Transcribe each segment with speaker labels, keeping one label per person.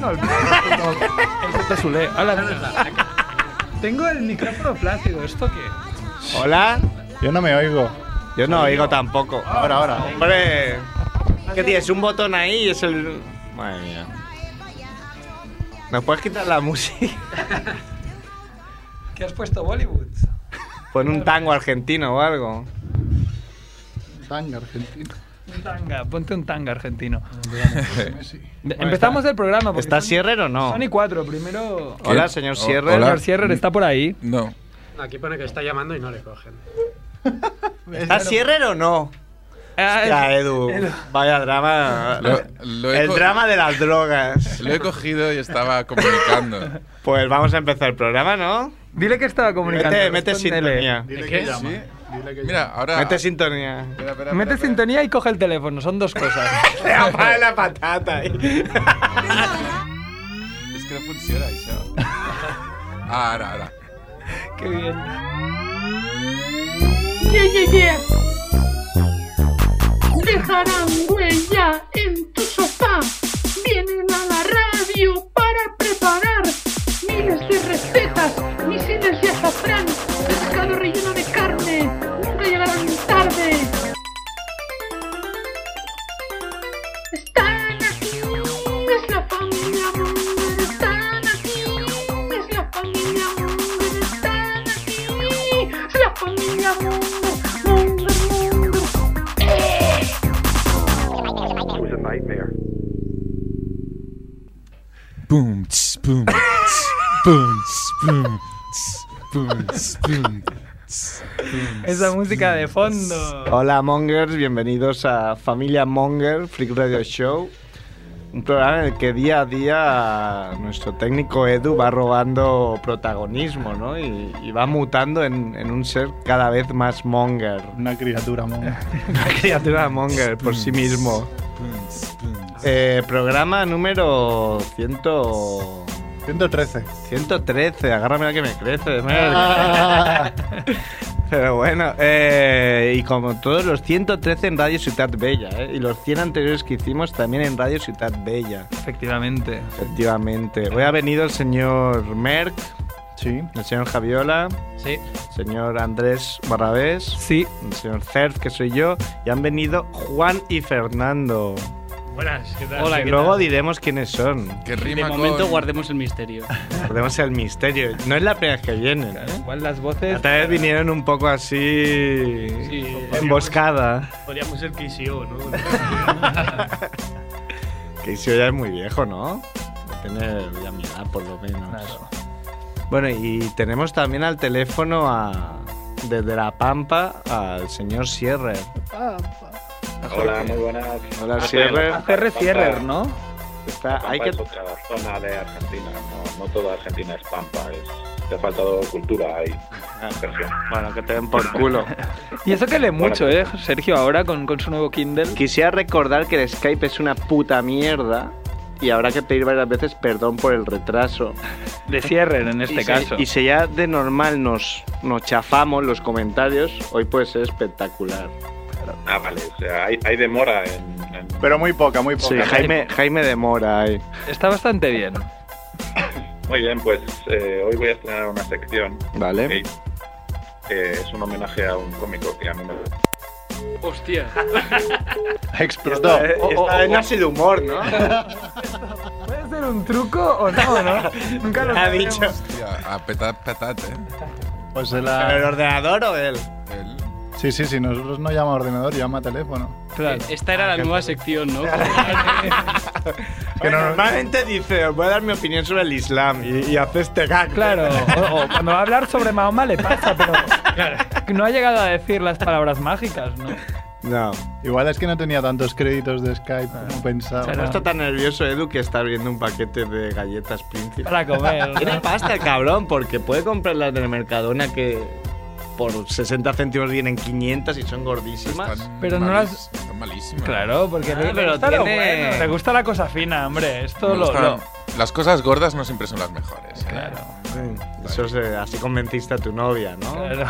Speaker 1: bueno el, el puto Zule. A la mierda. Tengo el micrófono plástico, ¿esto qué?
Speaker 2: Hola.
Speaker 3: Yo no me oigo.
Speaker 2: Yo no oigo tampoco.
Speaker 3: Ahora, ahora.
Speaker 2: Hombre. eh, ¿Qué tienes? Un botón ahí y es el. Madre mía. ¿Nos puedes quitar la música?
Speaker 1: ¿Qué has puesto Bollywood?
Speaker 2: Pon un tango argentino o algo.
Speaker 3: Tanga argentino.
Speaker 1: Un tanga, ponte un tanga argentino. pues
Speaker 3: Messi.
Speaker 1: De- Empezamos el programa. porque
Speaker 2: ¿Está
Speaker 1: son-
Speaker 2: Sierrer o no? Ah.
Speaker 1: Sony 4, primero.
Speaker 4: ¿Qué?
Speaker 2: Hola, señor
Speaker 4: Oh,
Speaker 2: Sierrer.
Speaker 4: hola.
Speaker 1: Señor Sierrer está por ahí.
Speaker 4: No.
Speaker 5: Aquí pone que está llamando y no le cogen.
Speaker 2: ¿Está Sierrer o no?
Speaker 1: Ah,
Speaker 2: Ya, eh. Edu. Vaya drama.
Speaker 4: Lo- lo he
Speaker 2: el
Speaker 4: co-
Speaker 2: drama de las drogas.
Speaker 4: Lo he cogido y estaba comunicando.
Speaker 2: Pues vamos a empezar el programa, ¿no?
Speaker 1: Dile que estaba comunicando.
Speaker 2: Mete, mete
Speaker 1: respóndele.
Speaker 2: sintonía.
Speaker 3: Dile
Speaker 5: ¿De
Speaker 3: que
Speaker 5: qué?
Speaker 3: llama.
Speaker 4: ¿Sí?
Speaker 3: Dile que
Speaker 4: Mira, ahora.
Speaker 2: Mete sintonía.
Speaker 4: Espera, espera,
Speaker 1: Mete
Speaker 4: espera,
Speaker 1: sintonía y coge el teléfono, son dos cosas.
Speaker 2: Le apaga la patata.
Speaker 4: espera. Es que no funciona, eso. Ah, ahora, ahora.
Speaker 1: Qué bien.
Speaker 6: Yeah, yeah, yeah. Dejarán huella en tu sofá. Vienen a la radio para preparar miles de recetas, misiles de azafrán, pescado relleno de carne. Nunca llegarán tarde. Están aquí, es la familia Munger. Están aquí, es la familia Munger. Están aquí, es la familia Munger. Munger, Munger. ¡Eh!
Speaker 4: Boom, tss, boom, tss, boom, tss, boom, tss, boom, tss, boom, tss, boom,
Speaker 1: Esa
Speaker 4: tss,
Speaker 1: música de
Speaker 4: boom,
Speaker 1: fondo.
Speaker 2: Hola, Mongers. Bienvenidos a Familia Monger Freak Radio Show. Un programa en el que día a día nuestro técnico Edu va robando protagonismo, ¿no? Y, y va mutando en, en un ser cada vez más monger.
Speaker 3: Una criatura, mon.
Speaker 2: Una criatura monger por sí mismo.
Speaker 4: boom, tss, boom, tss.
Speaker 2: Eh, programa número 100...
Speaker 3: 113.
Speaker 2: 113, agárrame la que me crece. Merck. Pero bueno, eh, y como todos los 113 en Radio Ciudad Bella, ¿eh? y los 100 anteriores que hicimos también en Radio Ciudad Bella,
Speaker 1: Efectivamente.
Speaker 2: efectivamente. Hoy ha venido el señor Merck,
Speaker 3: Sí.
Speaker 2: el señor Javiola,
Speaker 5: Sí.
Speaker 2: el señor Andrés Barrabés,
Speaker 1: Sí.
Speaker 2: el señor Cerf, que soy yo, y han venido Juan y Fernando.
Speaker 5: Buenas, ¿qué tal?
Speaker 7: Hola,
Speaker 2: y
Speaker 7: ¿qué
Speaker 2: luego
Speaker 7: tal?
Speaker 2: diremos quiénes son.
Speaker 4: Que
Speaker 7: De
Speaker 4: rima
Speaker 7: momento
Speaker 4: con-
Speaker 7: guardemos el misterio.
Speaker 2: Podemos el misterio. No es la primera vez que vienen, ¿eh?
Speaker 1: Igual las voces.
Speaker 2: Esta vez vinieron un poco así.
Speaker 7: Sí.
Speaker 2: emboscada.
Speaker 7: pues
Speaker 5: Podríamos ser KCO, ¿no?
Speaker 2: Que Isio ya es muy viejo, ¿no? Tiene ya mi edad, por lo menos.
Speaker 1: Claro.
Speaker 2: Bueno, y tenemos también al teléfono a. Desde La Pampa al señor Sierrer.
Speaker 8: Hola, muy buenas.
Speaker 2: Hola,
Speaker 8: Ah,
Speaker 2: Sierrer.
Speaker 8: sí,
Speaker 1: CR Sierrer, ¿no?
Speaker 2: Está,
Speaker 8: Pampa
Speaker 2: Ah, hay que,
Speaker 8: es otra zona de Argentina. No, no toda Argentina es Pampa. Es, te ha faltado cultura ahí.
Speaker 2: Ah. bueno, que te den por culo.
Speaker 1: Y eso que lee mucho,
Speaker 2: pues.
Speaker 1: ¿eh? Sergio ahora con, con su nuevo Kindle.
Speaker 2: Quisiera recordar que el Skype es una puta mierda y habrá que pedir varias veces perdón por el retraso.
Speaker 1: De Sierrer en este
Speaker 2: y
Speaker 1: caso.
Speaker 2: Se, y si ya de normal nos, nos chafamos los comentarios, hoy puede ser espectacular.
Speaker 8: Ah, vale. O sea, hay, hay demora en. en-
Speaker 3: Pero muy poca, muy
Speaker 2: Sí,
Speaker 3: poca.
Speaker 2: Jaime, Jaime de Mora ahí.
Speaker 1: Está bastante bien.
Speaker 8: Muy bien, pues eh, hoy voy a estrenar una sección.
Speaker 2: Vale.
Speaker 8: que, eh, es un homenaje a un cómico que a mí me.
Speaker 7: Hostia.
Speaker 3: Explotó.
Speaker 2: Eh, esta vez no ha sido humor, ¿no?
Speaker 1: ¿Puede ser un truco o no, no? Nunca lo
Speaker 2: ha
Speaker 1: sabremos.
Speaker 2: dicho.
Speaker 4: Hostia, a petar, petat, eh.
Speaker 3: Pues
Speaker 2: ¿El
Speaker 3: la...
Speaker 2: ordenador o él?
Speaker 4: El-
Speaker 3: Sí, sí, sí. Nosotros no llama ordenador, llama teléfono.
Speaker 1: Claro.
Speaker 7: E-, Esta era la nueva sección, ¿no?
Speaker 3: Que no-
Speaker 2: Normalmente dice, os voy a dar mi opinión sobre el Islam y, y hace este gag.
Speaker 1: Claro, o, o cuando va a hablar sobre Mahoma le pasa, pero no ha llegado a decir las palabras mágicas, ¿no?
Speaker 2: No.
Speaker 3: Igual es que no tenía tantos créditos de Skype como pensaba.
Speaker 1: Claro.
Speaker 2: No está tan nervioso Edu que está abriendo un paquete de galletas príncipe.
Speaker 1: Para comer. ¿no?
Speaker 2: Tiene pasta el cabrón porque puede comprar las del Mercadona que por 60 céntimos vienen 500 y son gordísimas.
Speaker 4: están
Speaker 1: Ah, Pero no las-
Speaker 4: malis- Están malísimas.
Speaker 1: Claro, porque
Speaker 2: Ah,
Speaker 1: le, le
Speaker 2: pero
Speaker 1: gusta lo
Speaker 2: tiene-
Speaker 1: bueno, le gusta la cosa fina, hombre. Esto
Speaker 4: Me
Speaker 1: lo,
Speaker 4: gustan-
Speaker 1: lo-
Speaker 4: Las cosas gordas no siempre son las mejores. ¿eh?
Speaker 1: Claro.
Speaker 2: Eso es, eh, así convenciste a tu novia, ¿no?
Speaker 1: claro.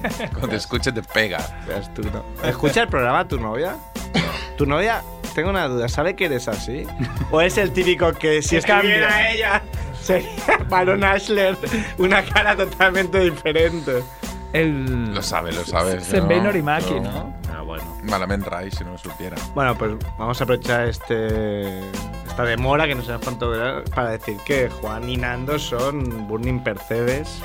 Speaker 4: Cuando te escuche te pega.
Speaker 2: Veas tú, ¿no? ¿Escucha el programa tu novia? ¿Tu novia tengo una duda. ¿Sabe que eres así? ¿O es el típico que si es estuviera ella sería Baron Ashler una cara totalmente diferente?
Speaker 1: El.
Speaker 4: Lo sabe, lo sabe.
Speaker 1: Se
Speaker 4: ¿no?
Speaker 1: ve Norimaki,
Speaker 4: Yo-
Speaker 1: ¿no?
Speaker 2: Pero Ah, bueno.
Speaker 4: Malamente Rai, si no lo supiera.
Speaker 2: Bueno, pues vamos a aprovechar este esta demora que nos ha cuánto durar para decir que Juan y Nando son Burning Percebes.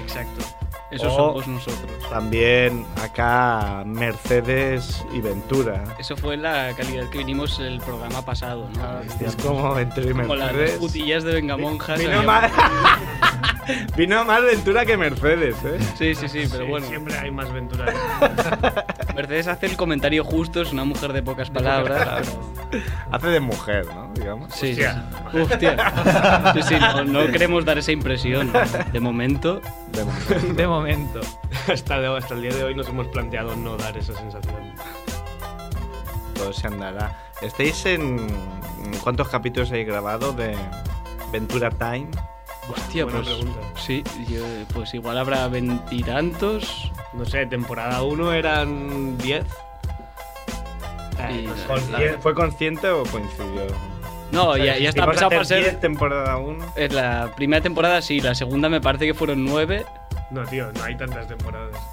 Speaker 7: Exacto. Eso
Speaker 2: Oh.
Speaker 7: somos nosotros.
Speaker 2: También acá Mercedes y Ventura.
Speaker 7: Eso fue la calidad que vinimos el programa pasado, ¿no?
Speaker 2: Es como Ventura y
Speaker 7: Como las dos
Speaker 2: Mercedes.
Speaker 7: putillas de Vengamonjas.
Speaker 2: Vino más, vino más Ventura que Mercedes, ¿eh?
Speaker 7: Sí, sí, sí, pero
Speaker 5: Sí,
Speaker 7: bueno.
Speaker 5: Siempre hay más venturas.
Speaker 7: Mercedes hace el comentario justo, es una mujer de pocas palabras.
Speaker 2: Hace de mujer, ¿no? Digamos.
Speaker 7: Sí, sí,
Speaker 5: Hostia.
Speaker 7: sí. Hostia. Sí, sí, no, no queremos dar esa impresión. De momento,
Speaker 2: De mujer.
Speaker 1: De momento.
Speaker 5: hasta, de- hasta el día de hoy nos hemos planteado no dar esa sensación.
Speaker 2: Todo se andará. ¿Estáis en. en ¿Cuántos capítulos hay grabado de Ventura Time?
Speaker 7: hostia,
Speaker 5: Buena
Speaker 7: pues.
Speaker 5: pregunta.
Speaker 7: Sí, yo, pues igual habrá veintitantos.
Speaker 5: No sé, temporada 1 eran pues 10.
Speaker 7: Y-
Speaker 2: Pues ¿Fue consciente o coincidió?
Speaker 7: No, ya, ya está
Speaker 2: Ibas a
Speaker 7: pensado para
Speaker 2: hacer
Speaker 7: ser.
Speaker 2: 10 temporada 1.
Speaker 7: En la primera temporada sí, la segunda me parece que fueron nueve.
Speaker 5: No, tío, no hay tantas temporadas.
Speaker 7: Eh,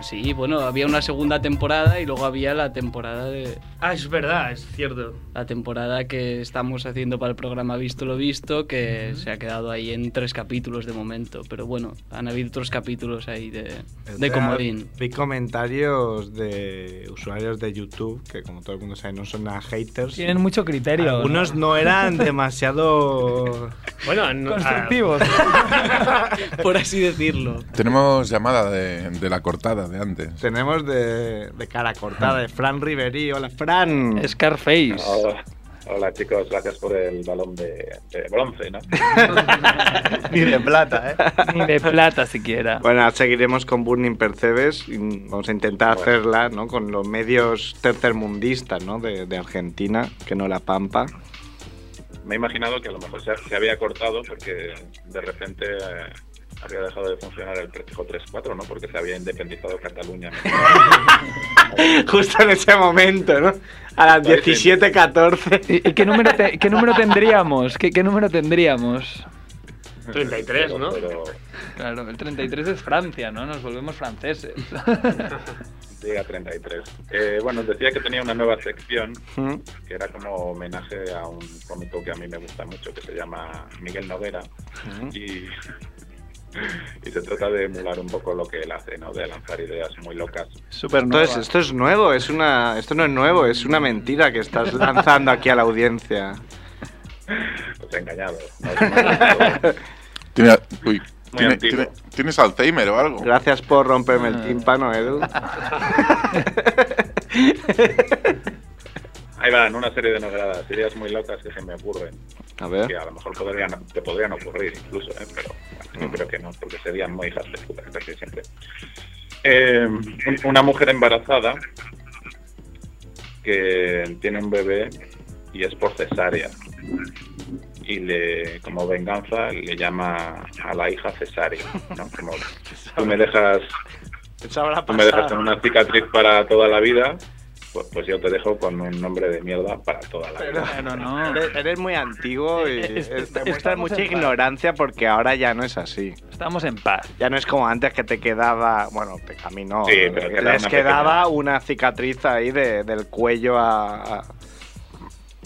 Speaker 7: Sí, bueno, había una segunda temporada y luego había la temporada de.
Speaker 5: Ah, es verdad, es cierto.
Speaker 7: La temporada que estamos haciendo para el programa Visto lo Visto, que se ha quedado ahí en tres capítulos de momento. Pero bueno, han habido otros capítulos ahí de, de comodín.
Speaker 2: Vi comentarios de usuarios de YouTube que, como todo el mundo sabe, no son nada haters.
Speaker 1: Tienen mucho criterio. ¿no?
Speaker 2: Algunos no eran demasiado.
Speaker 5: Bueno, no- ah,
Speaker 1: Constructivos.
Speaker 7: Por así decirlo.
Speaker 4: Tenemos llamada de, de la cortada de antes.
Speaker 2: Tenemos de, de cara cortada, de Fran Riverí. Hola, Fran.
Speaker 7: Scarface.
Speaker 8: Hola, hola, chicos, gracias por el balón de, de bronce, ¿no?
Speaker 2: Ni de plata, ¿eh?
Speaker 1: Ni de plata siquiera.
Speaker 2: Bueno, seguiremos con Burning Percebes. y Vamos a intentar
Speaker 8: Bueno.
Speaker 2: hacerla ¿no? con los medios tercermundistas ¿no? de, de Argentina, que no la Pampa.
Speaker 8: Me he imaginado que a lo mejor se, se había cortado porque de repente eh, había dejado de funcionar el prefijo 3-4, ¿no? Porque se había independizado Cataluña.
Speaker 2: Justo en ese momento, ¿no? A las 17.14.
Speaker 1: ¿Y, y qué, número te- qué número tendríamos? ¿Qué, qué número tendríamos?
Speaker 5: 33, ¿no?
Speaker 8: Pero
Speaker 1: Claro, el 33 es Francia, ¿no? Nos volvemos franceses.
Speaker 8: llega a 33. Eh, bueno, decía que tenía una nueva sección que era como homenaje a un cómico que a mí me gusta mucho que se llama Miguel Noguera y, y se trata de emular un poco lo que él hace, ¿no? De lanzar ideas muy locas.
Speaker 3: Súper
Speaker 2: Entonces, esto es nuevo, es una, esto no es nuevo, es una mentira que estás lanzando aquí a la audiencia.
Speaker 8: Os Pues he engañado. ¿no? Es una-
Speaker 4: Tiene- uy,
Speaker 8: Muy
Speaker 4: tiene-
Speaker 8: antiguo.
Speaker 4: tiene- ¿Tienes Alzheimer o algo?
Speaker 2: Gracias por romperme el tímpano, Edu.
Speaker 8: Ahí van, una serie de novedades, ideas muy locas que se me ocurren,
Speaker 2: A ver.
Speaker 8: que a lo mejor podrían, te podrían ocurrir incluso, ¿eh? pero bueno, yo creo que no, porque serían muy hijas de puta, casi siempre. Eh, un- una mujer embarazada que tiene un bebé y es por cesárea. Y le, como venganza le llama a la hija cesárea, ¿no? Como tú me dejas
Speaker 2: Eso habrá
Speaker 8: Tú me dejas con
Speaker 2: pasado.
Speaker 8: una cicatriz para toda la vida, pues, pues yo te dejo con un nombre de mierda para toda la vida.
Speaker 1: Pero no.
Speaker 2: Eres, eres muy antiguo y
Speaker 1: Eh, est-
Speaker 2: eh, demuestras
Speaker 1: estamos
Speaker 2: mucha
Speaker 1: en paz.
Speaker 2: ignorancia porque ahora ya no es así.
Speaker 1: Estamos en paz.
Speaker 2: Ya no es como antes que te quedaba, bueno, te- a mí no,
Speaker 8: Sí, pero
Speaker 2: eh,
Speaker 8: queda
Speaker 2: les
Speaker 8: una
Speaker 2: quedaba una cicatriz ahí de- del cuello a... a-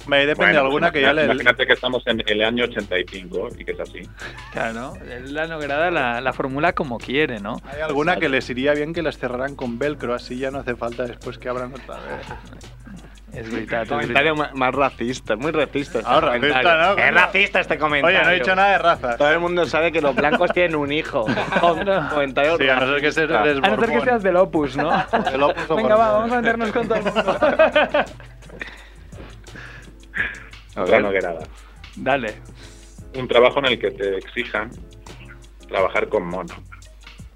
Speaker 3: Me depende
Speaker 8: Bueno, pues
Speaker 3: alguna que ya le.
Speaker 8: Imagínate que estamos en el año 85 y que es así.
Speaker 1: Claro, él la Nograda la, la formula como quiere, ¿no?
Speaker 3: Hay alguna que les iría bien que las cerraran con velcro, así ya no hace falta después que abran otra vez.
Speaker 1: Es verdad.
Speaker 2: comentario ma- más racista, muy racista. este
Speaker 3: Ah, racista,
Speaker 2: comentario.
Speaker 3: ¿no?
Speaker 2: Es racista este comentario.
Speaker 3: Oye, no he dicho nada de raza.
Speaker 2: Todo el mundo sabe que los blancos tienen un hijo. comentario
Speaker 3: Sí, a no ser que se
Speaker 2: racista.
Speaker 1: A no ser que seas del Opus, ¿no?
Speaker 3: Del Opus o
Speaker 1: Venga, va,
Speaker 3: Mormón.
Speaker 1: vamos a meternos con todo el mundo.
Speaker 2: A
Speaker 8: Otra
Speaker 2: ver.
Speaker 8: noguerada.
Speaker 1: Dale.
Speaker 8: Un trabajo en el que te exijan trabajar con mono.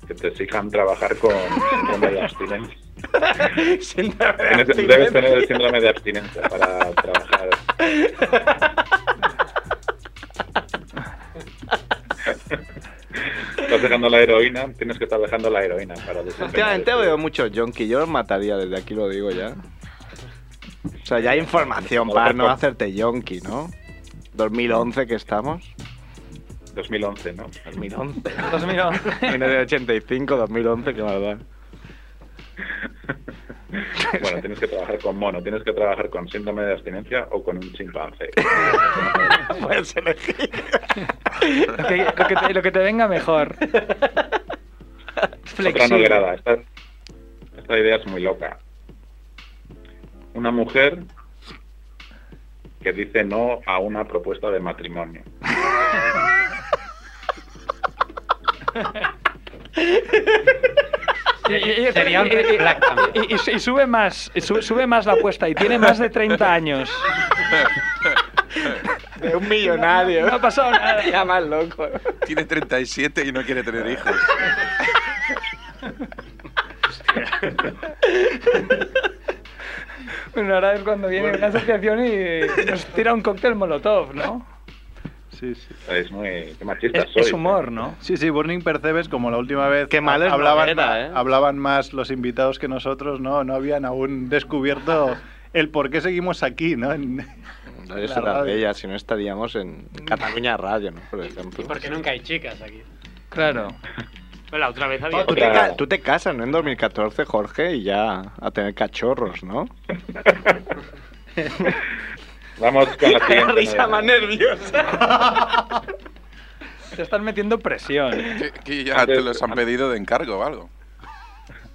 Speaker 8: Que te exijan trabajar con síndrome de abstinencia.
Speaker 2: Síndrome de
Speaker 8: Tienes- Debes tener el síndrome de abstinencia para trabajar. Estás dejando la heroína, tienes que estar dejando la heroína para desempeñar
Speaker 2: Últimamente
Speaker 8: este-
Speaker 2: veo muchos junkies, yo los mataría, desde aquí lo digo ya. O sea, ya hay información
Speaker 8: No,
Speaker 2: para
Speaker 8: por-
Speaker 2: no hacerte yonki, ¿no? 2011 que estamos.
Speaker 8: 2011, ¿no?
Speaker 2: 2011. 1985, 2011, qué maldad.
Speaker 8: Bueno, tienes que trabajar con mono, tienes que trabajar con síndrome de abstinencia o con un chimpancé.
Speaker 2: Puedes elegir.
Speaker 1: Lo que, lo que te, lo que te venga mejor.
Speaker 8: Otra
Speaker 1: Flexible.
Speaker 8: noguerada. Esta, esta idea es muy loca. Una mujer que dice no a una propuesta de matrimonio.
Speaker 1: Y- y- y-
Speaker 9: Sería un
Speaker 1: y- y-
Speaker 9: red flag también.
Speaker 1: y- y- y sube más, y su- sube más la apuesta y tiene más de 30 años.
Speaker 2: De un millonario.
Speaker 1: No ha pasado nada.
Speaker 2: Ya más loco.
Speaker 10: Tiene 37 y no quiere tener hijos.
Speaker 1: Bueno, ahora es cuando viene una asociación y nos tira un cóctel molotov, ¿no?
Speaker 3: Sí, sí.
Speaker 8: Es muy qué machista
Speaker 1: Es,
Speaker 8: soy.
Speaker 1: es humor, ¿no?
Speaker 3: Sí, sí, Burning Percebes, como la última vez
Speaker 2: Qué mal es
Speaker 3: hablaban,
Speaker 2: Noguera,
Speaker 3: ma-
Speaker 2: ¿eh?
Speaker 3: hablaban más los invitados que nosotros, ¿no? No habían aún descubierto el por qué seguimos aquí, ¿no? En-
Speaker 2: Radio
Speaker 3: La
Speaker 2: Ciudad
Speaker 3: radio.
Speaker 2: Bella, si no estaríamos en Cataluña Radio, ¿no? Por ejemplo.
Speaker 9: Y porque nunca hay chicas aquí.
Speaker 1: Claro.
Speaker 5: Bueno, la otra vez había.
Speaker 2: Tú te,
Speaker 8: Otra-
Speaker 2: ca- tú te casas, ¿no? En 2014, Jorge, y ya a tener cachorros, ¿no?
Speaker 8: Vamos con la siguiente. novedad.
Speaker 1: Te están metiendo presión.
Speaker 10: Que, que ya Ah, te los han pedido de encargo o algo.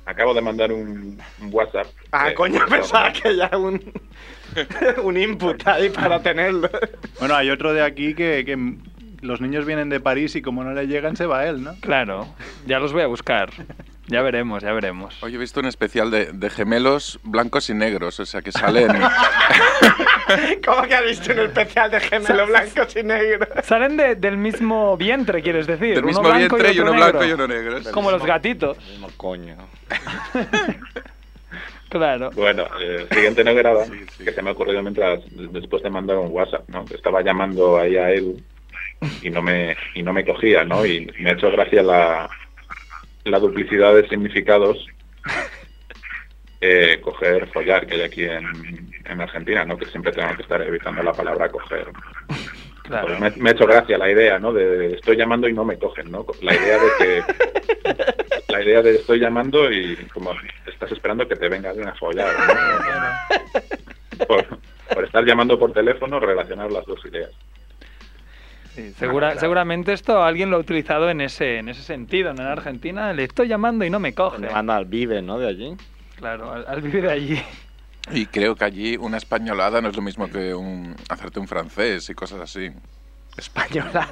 Speaker 8: Acabo de mandar un, un WhatsApp.
Speaker 2: Ah,
Speaker 8: Eh,
Speaker 2: coño,
Speaker 8: perdón.
Speaker 2: pensaba que ya un, un input ahí para tenerlo.
Speaker 3: Bueno, hay otro de aquí que, que m- los niños vienen de París y como no le llegan se va él, ¿no?
Speaker 1: Claro. Ya los voy a buscar. Ya veremos, ya veremos.
Speaker 10: Hoy he visto un especial de, de gemelos blancos y negros, o sea que salen.
Speaker 2: ¿Cómo que has visto un especial de gemelos blancos y negros?
Speaker 1: Salen de- del mismo vientre, quieres decir.
Speaker 10: Del
Speaker 1: Uno
Speaker 10: mismo
Speaker 1: blanco
Speaker 10: vientre y
Speaker 1: otro
Speaker 10: uno
Speaker 1: negro.
Speaker 10: blanco y uno negro.
Speaker 1: Como los gatitos.
Speaker 2: No, coño.
Speaker 1: Claro.
Speaker 8: Bueno, eh, siguiente negrada que se me ha ocurrido mientras después te mandaba un WhatsApp, ¿no? Estaba llamando ahí a Edu y no me y no me cogía, ¿no? Y me ha hecho gracia la, la duplicidad de significados eh, coger, follar que hay aquí en, en Argentina, ¿no? Que siempre tenemos que estar evitando la palabra coger. Pues me, me ha hecho gracia la idea, ¿no? De estoy llamando y no me cogen, ¿no? La idea de que. La idea de estoy llamando y como estás esperando que te venga alguien a follar, ¿no? Por, por estar llamando por teléfono, relacionar las dos ideas.
Speaker 1: Sí, segura- Seguramente esto alguien lo ha utilizado en ese, en ese sentido, ¿no? En Argentina le estoy llamando y no me coge.
Speaker 2: Le manda al Vive, ¿no? De allí.
Speaker 1: Claro, al, al vivir allí.
Speaker 10: Y creo que allí una españolada no es lo mismo que un, hacerte un francés y cosas así.
Speaker 2: Española.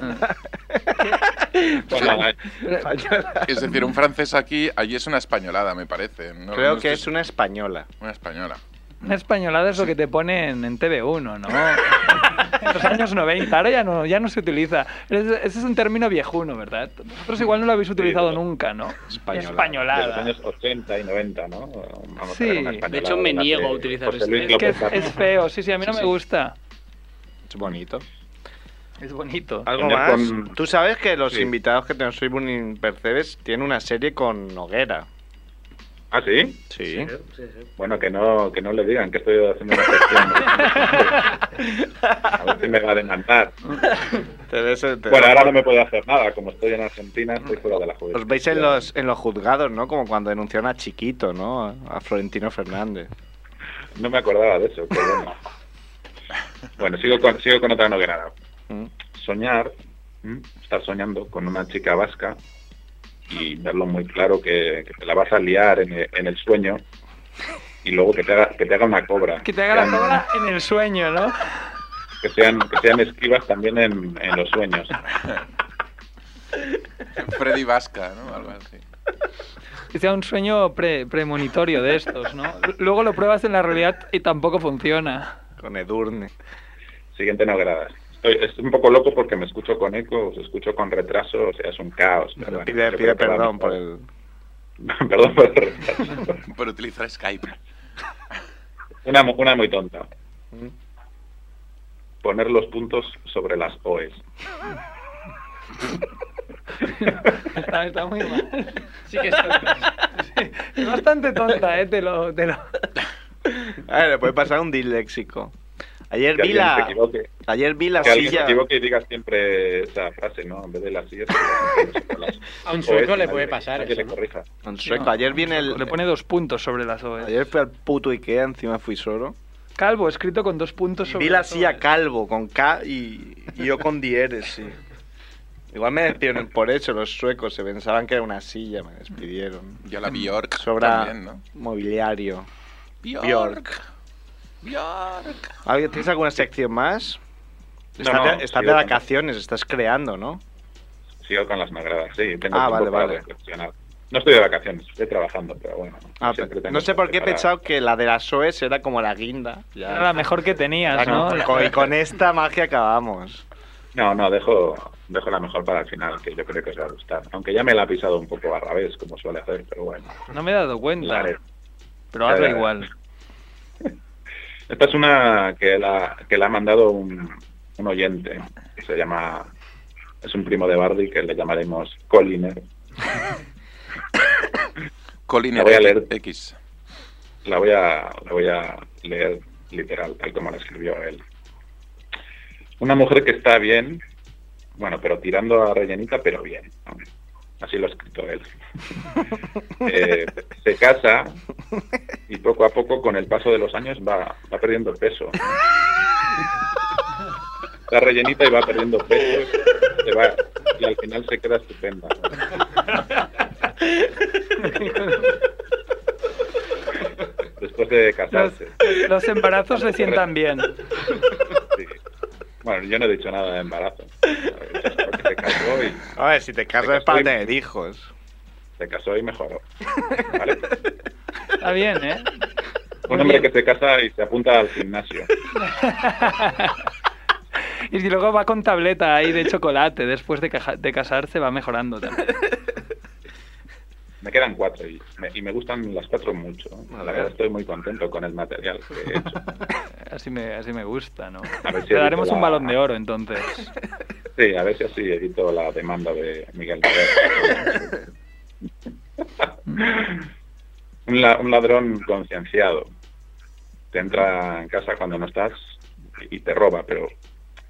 Speaker 8: Bueno,
Speaker 2: Española.
Speaker 10: Es decir, un francés aquí, allí es una españolada, me parece. No-
Speaker 2: Creo
Speaker 10: no
Speaker 2: que
Speaker 10: estoy-
Speaker 2: es una española.
Speaker 10: una española.
Speaker 1: Una españolada es lo que te ponen en TV1, ¿no? En los años 90, ahora ya no, ya no se utiliza. Ese ese es un término viejuno, ¿verdad? Vosotros igual no lo habéis utilizado
Speaker 8: pero-
Speaker 1: nunca, ¿no?
Speaker 2: Españolada.
Speaker 8: de los
Speaker 1: Españolada.
Speaker 8: años 80 y 90, ¿no? Vamos
Speaker 1: Sí.
Speaker 8: a ver una
Speaker 1: De
Speaker 8: españolada
Speaker 7: hecho, me
Speaker 8: de las
Speaker 7: niego a
Speaker 8: de
Speaker 7: utilizar
Speaker 8: José
Speaker 7: ese
Speaker 8: Luis
Speaker 1: Es que
Speaker 8: López
Speaker 1: es, es feo, sí, sí, a mí no me gusta.
Speaker 2: Es bonito.
Speaker 1: Es bonito.
Speaker 2: ¿Algo
Speaker 8: Tener
Speaker 2: más?
Speaker 8: con-
Speaker 2: Tú sabes que los
Speaker 8: Sí.
Speaker 2: invitados que tenemos hoy, Burning Percebes, tienen una serie con Noguera.
Speaker 8: Ah, sí.
Speaker 2: Sí.
Speaker 8: Bueno, que no, que no le digan que estoy haciendo una gestión. A ver si me va a demandar.
Speaker 2: Te ves- te-
Speaker 8: Bueno, ahora no me puedo hacer nada. Como estoy en Argentina, estoy fuera de la juventud.
Speaker 2: Os veis en los, en los juzgados, ¿no? Como cuando denunciaron a Chiquito, ¿no? A Florentino Fernández.
Speaker 8: No me acordaba de eso, pero bueno. Bueno, sigo con, sigo con otra noguerada.
Speaker 2: Mm.
Speaker 8: Soñar, ¿m? estar soñando con una chica vasca y verlo muy claro que, que te la vas a liar en el, en el sueño y luego que te haga, que te haga una cobra.
Speaker 1: Que te haga la
Speaker 8: sean-
Speaker 1: cobra en el sueño, ¿no?
Speaker 8: Que sean, que sean esquivas también en, en los sueños.
Speaker 10: Freddy Vasca, ¿no? Algo así.
Speaker 1: Que sea un sueño pre- premonitorio de estos, ¿no? Luego lo pruebas en la realidad y tampoco funciona.
Speaker 2: Con Edurne.
Speaker 8: Siguiente noguerada. Estoy, estoy un poco loco porque me escucho con eco, os escucho con retraso, o sea, es un caos. pero bueno,
Speaker 2: Pide,
Speaker 8: yo
Speaker 2: pide
Speaker 8: creo que va
Speaker 2: perdón por
Speaker 8: mejor.
Speaker 2: el...
Speaker 8: perdón por el retraso.
Speaker 10: Por utilizar Skype.
Speaker 8: Una, mu- una muy tonta. Poner los puntos sobre las OEs.
Speaker 1: Está, está muy mal.
Speaker 9: Sí que es tonto.
Speaker 1: Es bastante tonta, ¿eh? Te lo, te lo-
Speaker 2: A ver, Ah, le puede pasar un disléxico. Ayer
Speaker 8: Que
Speaker 2: vi
Speaker 8: alguien se
Speaker 2: la.
Speaker 8: equivoque.
Speaker 2: Ayer vi la
Speaker 8: que alguien se
Speaker 2: silla.
Speaker 8: equivoque y diga siempre esa frase, ¿no? En vez de la silla.
Speaker 5: A un sueco le puede pasar
Speaker 8: Que
Speaker 5: eso,
Speaker 8: le
Speaker 5: ¿no?
Speaker 8: corrija.
Speaker 2: En sueco. Ayer viene el.
Speaker 1: Le pone dos puntos sobre las OE.
Speaker 2: Ayer fui al puto Ikea, encima fui solo.
Speaker 1: Calvo, escrito con dos puntos sobre
Speaker 2: Vi la
Speaker 1: las E
Speaker 2: silla
Speaker 1: OE.
Speaker 2: calvo con K y, y yo con dieres, sí. Igual me despidieron por eso los suecos, se pensaban que era una silla, me despidieron.
Speaker 10: Yo la Bjork
Speaker 2: Sobra
Speaker 10: también, ¿no?
Speaker 2: mobiliario. Bjork.
Speaker 10: Bjork. Bjork.
Speaker 2: ¿Alguien- ¿Tienes alguna sección más?
Speaker 8: No,
Speaker 2: Estás,
Speaker 8: no,
Speaker 2: de, estás de
Speaker 8: sigo con-
Speaker 2: vacaciones, estás creando, ¿no?
Speaker 8: Sigo con las magradas, sí. Tengo
Speaker 2: Ah,
Speaker 8: tiempo
Speaker 2: vale,
Speaker 8: para
Speaker 2: vale.
Speaker 8: reflexionar. No estoy de vacaciones, estoy trabajando, pero bueno.
Speaker 2: Ah,
Speaker 8: siempre
Speaker 2: pero-
Speaker 8: tengo
Speaker 2: no sé por qué he
Speaker 8: para-
Speaker 2: pensado que la de las SOES era como la guinda. Ya.
Speaker 1: Era la mejor que tenías,
Speaker 2: Ya
Speaker 1: ¿no?
Speaker 2: con- con- y con esta magia acabamos.
Speaker 8: No, no, dejo, dejo la mejor para el final, que yo creo que os va a gustar. Aunque ya me la ha pisado un poco a revés, como suele hacer, pero bueno.
Speaker 1: No me he dado cuenta,
Speaker 8: Vale.
Speaker 1: pero hazlo
Speaker 8: Claro.
Speaker 1: igual.
Speaker 8: Esta es una que la, que la ha mandado un, un oyente. que Se llama. Es un primo de Bardi que le llamaremos Colliner.
Speaker 10: Colin
Speaker 8: La voy a leer.
Speaker 10: X.
Speaker 8: La voy a, la voy a leer literal, tal como la escribió él. Una mujer que está bien, bueno, pero tirando a rellenita, pero bien. ¿no? Así lo ha escrito él. Eh, se casa y poco a poco, con el paso de los años, va, va perdiendo peso. La rellenita y va perdiendo peso se va, y al final se queda estupenda. ¿no? Después de
Speaker 1: Los,
Speaker 8: casarse.
Speaker 1: los embarazos se sientan bien.
Speaker 8: Sí. Bueno, yo no he dicho nada de embarazo. Porque se casó y
Speaker 2: A ver, si te casas es para tener hijos.
Speaker 8: se casó y mejoró. ¿Vale?
Speaker 1: Está bien, ¿eh?
Speaker 8: Un hombre que se casa y se apunta al gimnasio.
Speaker 1: Y si luego va con tableta ahí de chocolate, después de, caja- de casarse va mejorando también.
Speaker 8: Me quedan cuatro y me, y me gustan las cuatro mucho. La verdad estoy muy contento con el material que he hecho.
Speaker 1: Así me, así me gusta, ¿no?
Speaker 8: A ver si
Speaker 1: Te daremos
Speaker 8: evito
Speaker 1: un
Speaker 8: la-
Speaker 1: balón de oro, entonces.
Speaker 8: Sí, a ver si así evito la demanda de Miguel Noguera. un, la- un ladrón concienciado. Te entra en casa cuando no estás y te roba, pero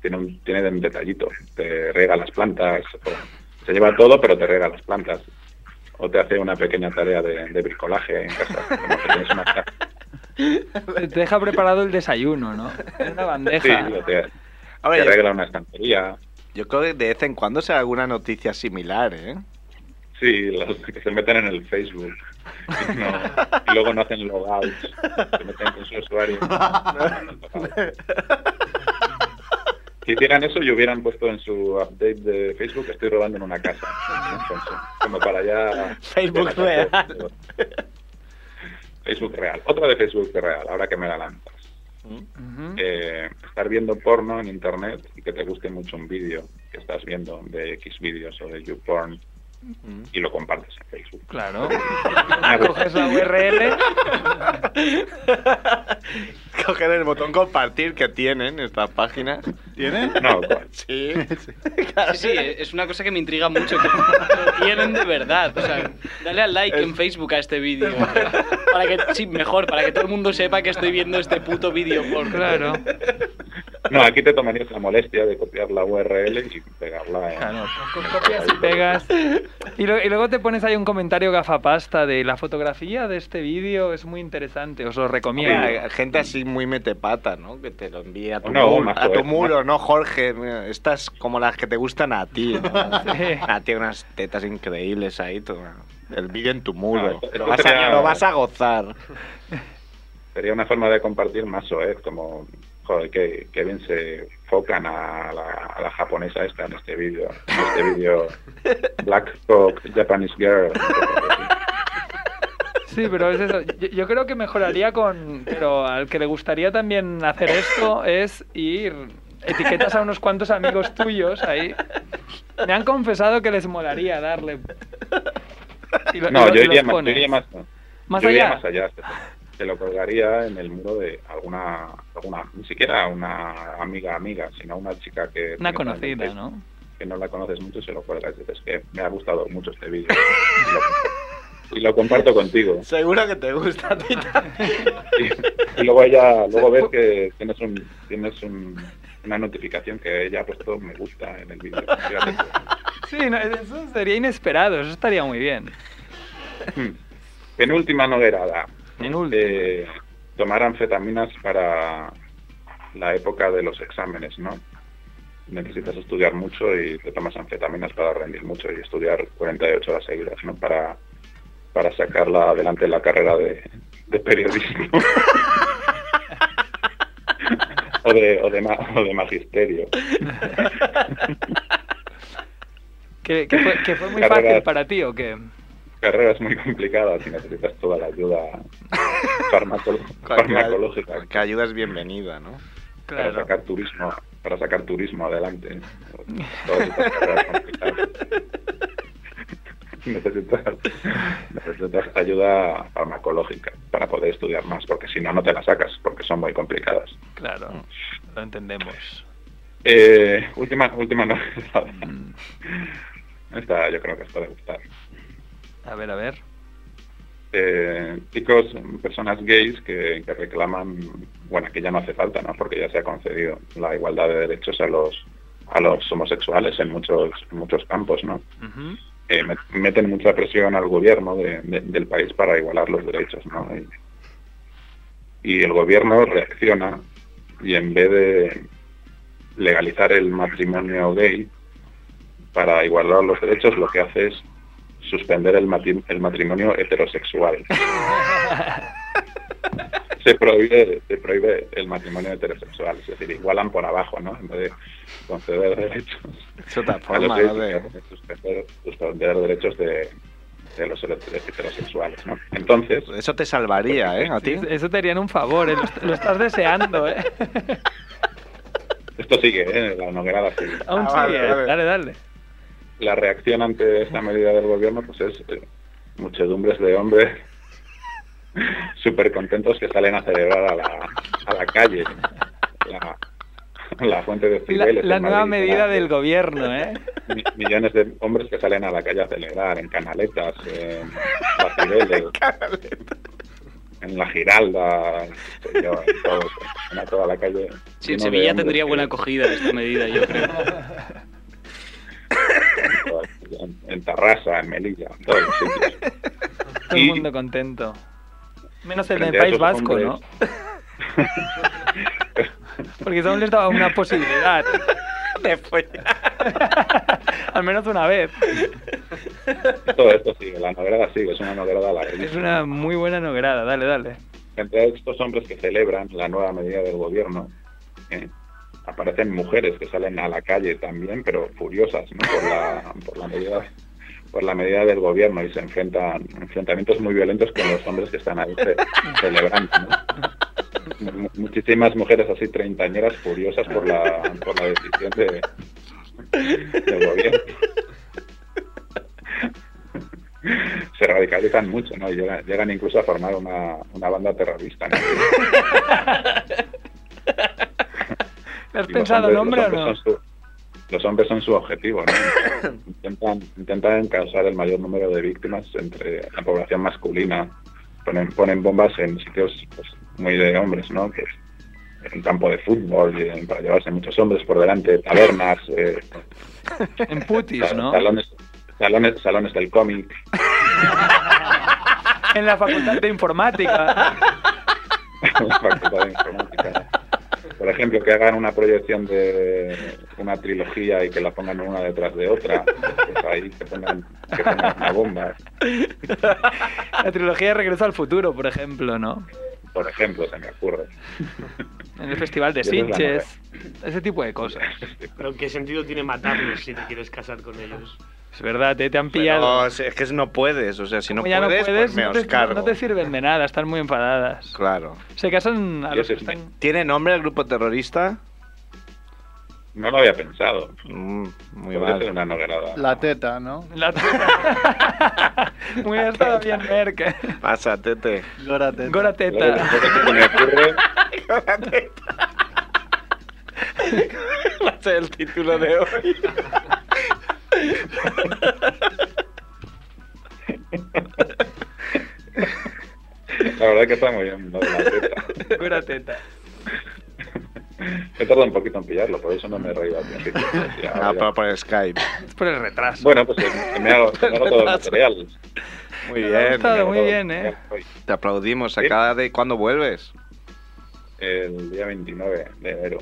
Speaker 8: tiene un, tiene un detallito. Te rega las plantas, o se lleva todo, pero te rega las plantas. O te hace una pequeña tarea de, de bricolaje en casa. Como que tienes una ca-
Speaker 1: Te deja preparado el desayuno, ¿no? En una
Speaker 8: Sí,
Speaker 1: bandeja.
Speaker 8: o te,
Speaker 2: A
Speaker 8: te
Speaker 2: ver, yo,
Speaker 8: arregla una estantería.
Speaker 2: yo creo que de vez en cuando será alguna noticia similar, ¿eh?
Speaker 8: Sí, los que se meten en el Facebook. Y, no- y luego no hacen logouts. Se meten con su usuario. Si hicieran eso, y hubieran puesto en su update de Facebook estoy robando en una casa. Entonces, como para ya...
Speaker 2: Facebook real.
Speaker 8: Facebook real. Otra de Facebook real, ahora que me la lanzas. Mm.
Speaker 1: Ujú.
Speaker 8: Eh, estar viendo porno en internet y que te guste mucho un vídeo que estás viendo de X vídeos o de YouPorn y lo compartes en Facebook.
Speaker 1: Claro.
Speaker 8: Ah, pues.
Speaker 1: Coges la URL.
Speaker 2: Coger el botón compartir que tienen estas páginas.
Speaker 3: ¿Tiene?
Speaker 8: No, cual.
Speaker 2: Sí.
Speaker 7: Sí, sí, es una cosa que me intriga mucho. Que lo tienen de verdad. O sea, dale al like en Facebook a este vídeo. Para que, sí, mejor, para que todo el mundo sepa que estoy viendo este puto vídeo por.
Speaker 1: Claro.
Speaker 8: no, aquí te tomarías la molestia de copiar la URL y pegarla en...
Speaker 1: Claro. Copias y pegas. Y, lo- y luego te pones ahí un comentario gafapasta de la fotografía de este vídeo es muy interesante, os lo recomiendo.
Speaker 2: Mira, eh, gente así muy metepata, ¿no? Que te lo envía a tu,
Speaker 8: No,
Speaker 2: muro,
Speaker 8: más
Speaker 2: a tu
Speaker 8: joven,
Speaker 2: muro, ¿no, Jorge? Mira, Estas como las que te gustan a ti. ¿no?
Speaker 1: Sí.
Speaker 2: Ah, tiene unas tetas increíbles ahí. tú. ah, El vídeo en tu
Speaker 8: No,
Speaker 2: muro.
Speaker 8: esto- esto
Speaker 2: lo, vas a,
Speaker 8: sería-
Speaker 2: lo vas a gozar.
Speaker 8: Sería una forma de compartir más OED, como, joder, que, que bien se focan a la, a la japonesa esta en este vídeo. En este vídeo, Black Cock Japanese Girl.
Speaker 1: Sí, pero es eso. Yo, yo creo que mejoraría con. Pero al que le gustaría también hacer esto es ir. Etiquetas a unos cuantos amigos tuyos ahí. Me han confesado que les molaría darle. Y lo- y
Speaker 8: No,
Speaker 1: lo-
Speaker 8: yo
Speaker 1: y los
Speaker 8: iría más, yo
Speaker 1: pones.
Speaker 8: iría más,
Speaker 1: ¿Más
Speaker 8: yo iría
Speaker 1: allá?
Speaker 8: más allá. Te lo colgaría en el muro de alguna, alguna, ni siquiera una amiga amiga, sino una chica que...
Speaker 1: Una
Speaker 8: que-
Speaker 1: conocida, ¿no?
Speaker 8: que no la conoces mucho, se lo cuelgas y dices que me ha gustado mucho este vídeo. y lo comparto contigo.
Speaker 2: Seguro que te gusta a ti también.
Speaker 8: Y, y luego ella, luego ves que tienes un, tienes un- una notificación que ella ha puesto me gusta en el vídeo. Fíjate tú.
Speaker 1: Sí, no, eso sería inesperado, eso estaría muy bien.
Speaker 8: Hmm. Penúltima noguerada.
Speaker 1: En último.
Speaker 8: Eh, tomar anfetaminas para la época de los exámenes, ¿no? Necesitas estudiar mucho y te tomas anfetaminas para rendir mucho y estudiar 48 horas seguidas, ¿no? Para, para sacarla adelante la carrera de, de periodismo. o, de, o, de, ma- o de magisterio.
Speaker 1: ¿Que, que fue, que fue muy
Speaker 8: Carreras.
Speaker 1: fácil para ti o qué?
Speaker 8: Carreras muy complicadas y necesitas toda la ayuda farmacol- farmacológica.
Speaker 2: Que ayuda es bienvenida, ¿no?
Speaker 8: para
Speaker 1: Claro.
Speaker 8: sacar turismo para sacar turismo adelante Todas estas carreras complicadas. necesitas, necesitas ayuda farmacológica para poder estudiar más porque si no no te la sacas porque son muy complicadas
Speaker 1: Claro, lo entendemos.
Speaker 8: Eh, última última no esta yo creo que os puede gustar
Speaker 1: A ver, a ver.
Speaker 8: eh, chicos, personas gays que, que reclaman, bueno, que ya no hace falta, ¿no? Porque ya se ha concedido la igualdad de derechos a los a los homosexuales en muchos en muchos campos, ¿no?
Speaker 1: Ujú.
Speaker 8: Eh, met- meten mucha presión al gobierno de- de- del país para igualar los derechos, ¿no? Y, y el gobierno reacciona y en vez de legalizar el matrimonio gay para igualar los derechos, lo que hace es suspender el, mati- el matrimonio heterosexual. se prohíbe se prohíbe el matrimonio heterosexual, es decir, igualan por abajo, ¿no? En vez de conceder derechos.
Speaker 2: Es otra
Speaker 8: a los
Speaker 2: forma,
Speaker 8: gays,
Speaker 2: ¿no? De...
Speaker 8: de suspender, suspender derechos de, de los heterosexuales, ¿no? Entonces,
Speaker 2: Eso te salvaría, ¿eh? A ti.
Speaker 1: Eso te harían un favor, ¿eh? lo, est- lo estás deseando, ¿eh?
Speaker 8: esto sigue, ¿eh? La noguerada sigue.
Speaker 1: Aún
Speaker 2: Ah,
Speaker 1: sigue,
Speaker 2: vale,
Speaker 1: ¿eh?
Speaker 2: vale.
Speaker 1: dale, dale.
Speaker 8: la reacción ante esta medida del gobierno pues es eh, muchedumbres de hombres súper contentos que salen a celebrar a la, a la calle la, la fuente de
Speaker 1: La,
Speaker 8: Cibeles en
Speaker 1: la nueva
Speaker 8: Madrid,
Speaker 1: medida
Speaker 8: la-
Speaker 1: del gobierno, ¿eh?
Speaker 8: mi- millones de hombres que salen a la calle a celebrar en canaletas en la Cibeles en la Giralda qué sé yo, en, todo- en toda la calle
Speaker 7: Sí, en Sevilla
Speaker 8: lleno de hombres
Speaker 7: tendría
Speaker 8: que-
Speaker 7: buena acogida esta medida, yo creo.
Speaker 8: en, en Tarrasa en Melilla en todos los sitios
Speaker 1: Todo el
Speaker 8: Y-
Speaker 1: mundo contento. Menos el del
Speaker 8: Frente a
Speaker 1: País
Speaker 8: esos
Speaker 1: Vasco, ¿no?
Speaker 8: hombres-
Speaker 1: Porque eso aún les daba una posibilidad. Al menos una vez.
Speaker 8: Todo esto sigue, la novelada sigue, es una novelada
Speaker 1: Es
Speaker 8: larga.
Speaker 1: una muy buena nograda, dale, dale.
Speaker 8: Entre estos hombres que celebran la nueva medida del gobierno, ¿eh? aparecen mujeres que salen a la calle también, pero furiosas ¿no? por, la, por la medida por la medida del gobierno y se enfrentan enfrentamientos muy violentos con los hombres que están ahí ce- celebrando. ¿no? Mu- Muchísimas mujeres así treintañeras furiosas por la, por la decisión de, del gobierno. se radicalizan mucho, ¿no? Y llegan, llegan incluso a formar una, una banda terrorista, ¿no?
Speaker 1: ¿Le ¿Has
Speaker 8: Y los
Speaker 1: pensado el
Speaker 8: hombres-
Speaker 1: nombre o
Speaker 8: los
Speaker 1: no?
Speaker 8: hombres son su- los hombres son su objetivo, ¿no? intentan, intentan causar el mayor número de víctimas entre la población masculina. Ponen, ponen bombas en sitios pues, muy de hombres, ¿no? Pues, en campo de fútbol, y en- para llevarse muchos hombres por delante, tabernas, eh,
Speaker 1: En putis, ¿no?
Speaker 8: salones, salones, salones del cómic.
Speaker 1: En la facultad de informática.
Speaker 8: la Facultad de Informática. Por ejemplo, que hagan una proyección de una trilogía y que la pongan una detrás de otra. Pues ahí que pongan, que pongan una bomba.
Speaker 1: La trilogía de Regreso al Futuro, por ejemplo, ¿no?
Speaker 8: Por ejemplo, se me ocurre.
Speaker 1: En el Festival de
Speaker 8: Yo creo que la
Speaker 1: Sitges. Ese tipo de cosas.
Speaker 5: Pero ¿qué sentido tiene matarlos si te quieres casar con ellos?
Speaker 1: Es verdad, ¿eh? te han pillado.
Speaker 2: Pero si- es que no puedes, o sea, si no
Speaker 1: Como ya
Speaker 2: puedes,
Speaker 1: no puedes,
Speaker 2: pues me
Speaker 1: no
Speaker 2: os
Speaker 1: te,
Speaker 2: cargo.
Speaker 1: no te sirven de nada, están muy enfadadas.
Speaker 2: Claro.
Speaker 1: Se casan a
Speaker 8: Yo
Speaker 1: los que
Speaker 8: soy-
Speaker 1: están...
Speaker 2: ¿Tiene nombre el grupo terrorista?
Speaker 8: No lo había pensado.
Speaker 2: Mm, muy
Speaker 8: Podría
Speaker 2: mal.
Speaker 8: ser una novelada.
Speaker 3: La teta, ¿no?
Speaker 1: La- muy bien, estado bien, Merck.
Speaker 2: Pasa, tete.
Speaker 3: Gora teta.
Speaker 1: Gora
Speaker 8: Luego, lo
Speaker 1: teta.
Speaker 8: que se me ocurre,
Speaker 2: Va a ser el título de hoy.
Speaker 8: La verdad que está muy bien lo de la teta.
Speaker 1: Cura teta.
Speaker 8: He tardado un poquito en pillarlo, por eso no me he reído al principio. Ya,
Speaker 2: Ah,
Speaker 8: ya.
Speaker 2: pero por Skype.
Speaker 1: Es por el retraso.
Speaker 8: Bueno, pues eh, que me hago, me hago todo el material.
Speaker 2: Muy
Speaker 1: Me ha
Speaker 2: bien.
Speaker 1: gustado, muy
Speaker 8: Todo.
Speaker 1: bien, ¿eh?
Speaker 2: Te aplaudimos.
Speaker 8: ¿Sí?
Speaker 2: Acaba de... ¿Cuándo vuelves?
Speaker 8: El día 29 de enero.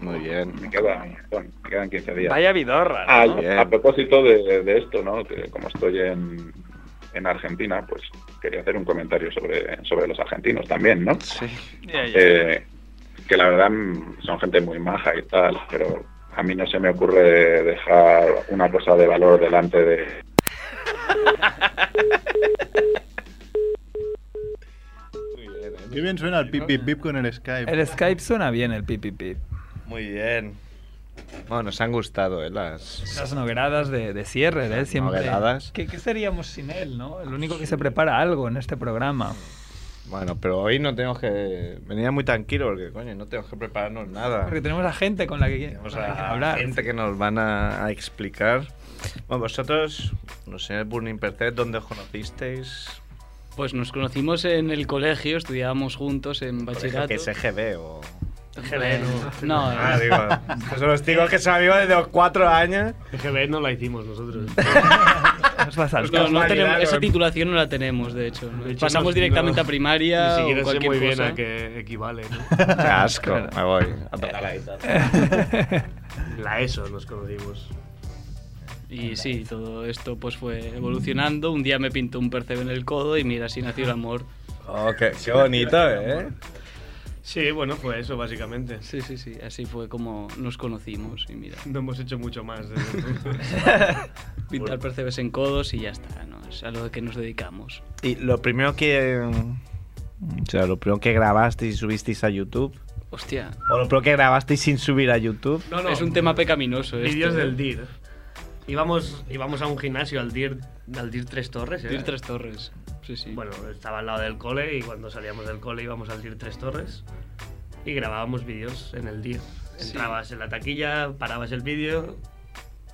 Speaker 2: Muy
Speaker 8: Me
Speaker 2: bien.
Speaker 8: quedan, bueno, me quedan 15 días.
Speaker 1: Vaya vidorra,
Speaker 8: Ah,
Speaker 1: ¿no?
Speaker 2: Bien.
Speaker 8: a propósito de, de esto, ¿no? Que como estoy en, en Argentina, pues quería hacer un comentario sobre, sobre los argentinos también, ¿no?
Speaker 2: Sí.
Speaker 1: Ya, ya.
Speaker 8: Eh, que la verdad mm, son gente muy maja y tal, pero a mí no se me ocurre dejar una cosa de valor delante de...
Speaker 3: Qué bien suena el pip pip pip con el Skype.
Speaker 1: El Skype suena bien, el pipi pip.
Speaker 2: Muy bien. Bueno, nos han gustado, ¿eh? Las...
Speaker 1: Las nogueradas de, de cierre, ¿eh? Siempre.
Speaker 2: Nogueradas.
Speaker 1: ¿Qué, qué seríamos sin él, no? El único que se prepara algo en este programa.
Speaker 2: Bueno, pero hoy no tenemos que... Venía muy tranquilo porque, coño, no tenemos que prepararnos nada.
Speaker 1: Porque tenemos a gente con la que,
Speaker 2: Tenemos
Speaker 1: con la que
Speaker 2: a
Speaker 1: hablar.
Speaker 2: gente que nos van a, a explicar. Bueno, vosotros, no sé, el Burning Percet, ¿dónde os conocisteis?
Speaker 7: Pues nos conocimos en el colegio, estudiábamos juntos en
Speaker 2: Por ejemplo,
Speaker 7: bachillerato.
Speaker 2: Que es EGB o...
Speaker 7: No,
Speaker 2: Ah,
Speaker 7: eh,
Speaker 2: digo, pues los digo que se amigos desde los cuatro años.
Speaker 5: GB no la hicimos nosotros.
Speaker 1: Nos va a saltar.
Speaker 7: Pues no, no
Speaker 2: Casualidad,
Speaker 7: tenemos-
Speaker 2: ¿no?
Speaker 7: esa titulación no la tenemos, de hecho.
Speaker 5: De hecho,
Speaker 7: Pasamos
Speaker 5: no-
Speaker 7: directamente
Speaker 5: no.
Speaker 7: a primaria
Speaker 5: Ni
Speaker 7: o
Speaker 5: siquiera sé
Speaker 7: cualquier
Speaker 5: muy bien
Speaker 7: cosa.
Speaker 5: a qué equivale. ¿no?
Speaker 2: Qué asco, me voy. A tocar la guitarra.
Speaker 5: La ESO nos conocimos.
Speaker 7: Y sí, todo esto pues fue evolucionando. Un día me pintó un percebe en el codo y mira, así nació el amor.
Speaker 2: Oh, qué, qué bonito, ¿eh?
Speaker 5: Sí, bueno, fue eso básicamente.
Speaker 7: Sí, sí, sí, así fue como nos conocimos y mira,
Speaker 5: No hemos hecho mucho más. desde entonces.
Speaker 7: pintar percebes en codos y ya está, ¿no? Es a lo que nos dedicamos.
Speaker 2: Y lo primero que... O sea, lo primero que grabasteis y subisteis a YouTube.
Speaker 7: Hostia,
Speaker 2: O lo primero que grabasteis sin subir a YouTube.
Speaker 5: No, no.
Speaker 7: es un tema pecaminoso esto.
Speaker 5: Vídeos
Speaker 7: ¿eh?
Speaker 5: del DIR. Íbamos, íbamos a un gimnasio, al DIR, al DIR Tres Torres. ¿eh?
Speaker 7: Dir Tres Torres. Sí, sí.
Speaker 5: Bueno, estaba al lado del cole y cuando salíamos del cole íbamos al DIR Tres Torres y grabábamos vídeos en el DIR.
Speaker 7: Sí.
Speaker 5: Entrabas en la taquilla, parabas el vídeo,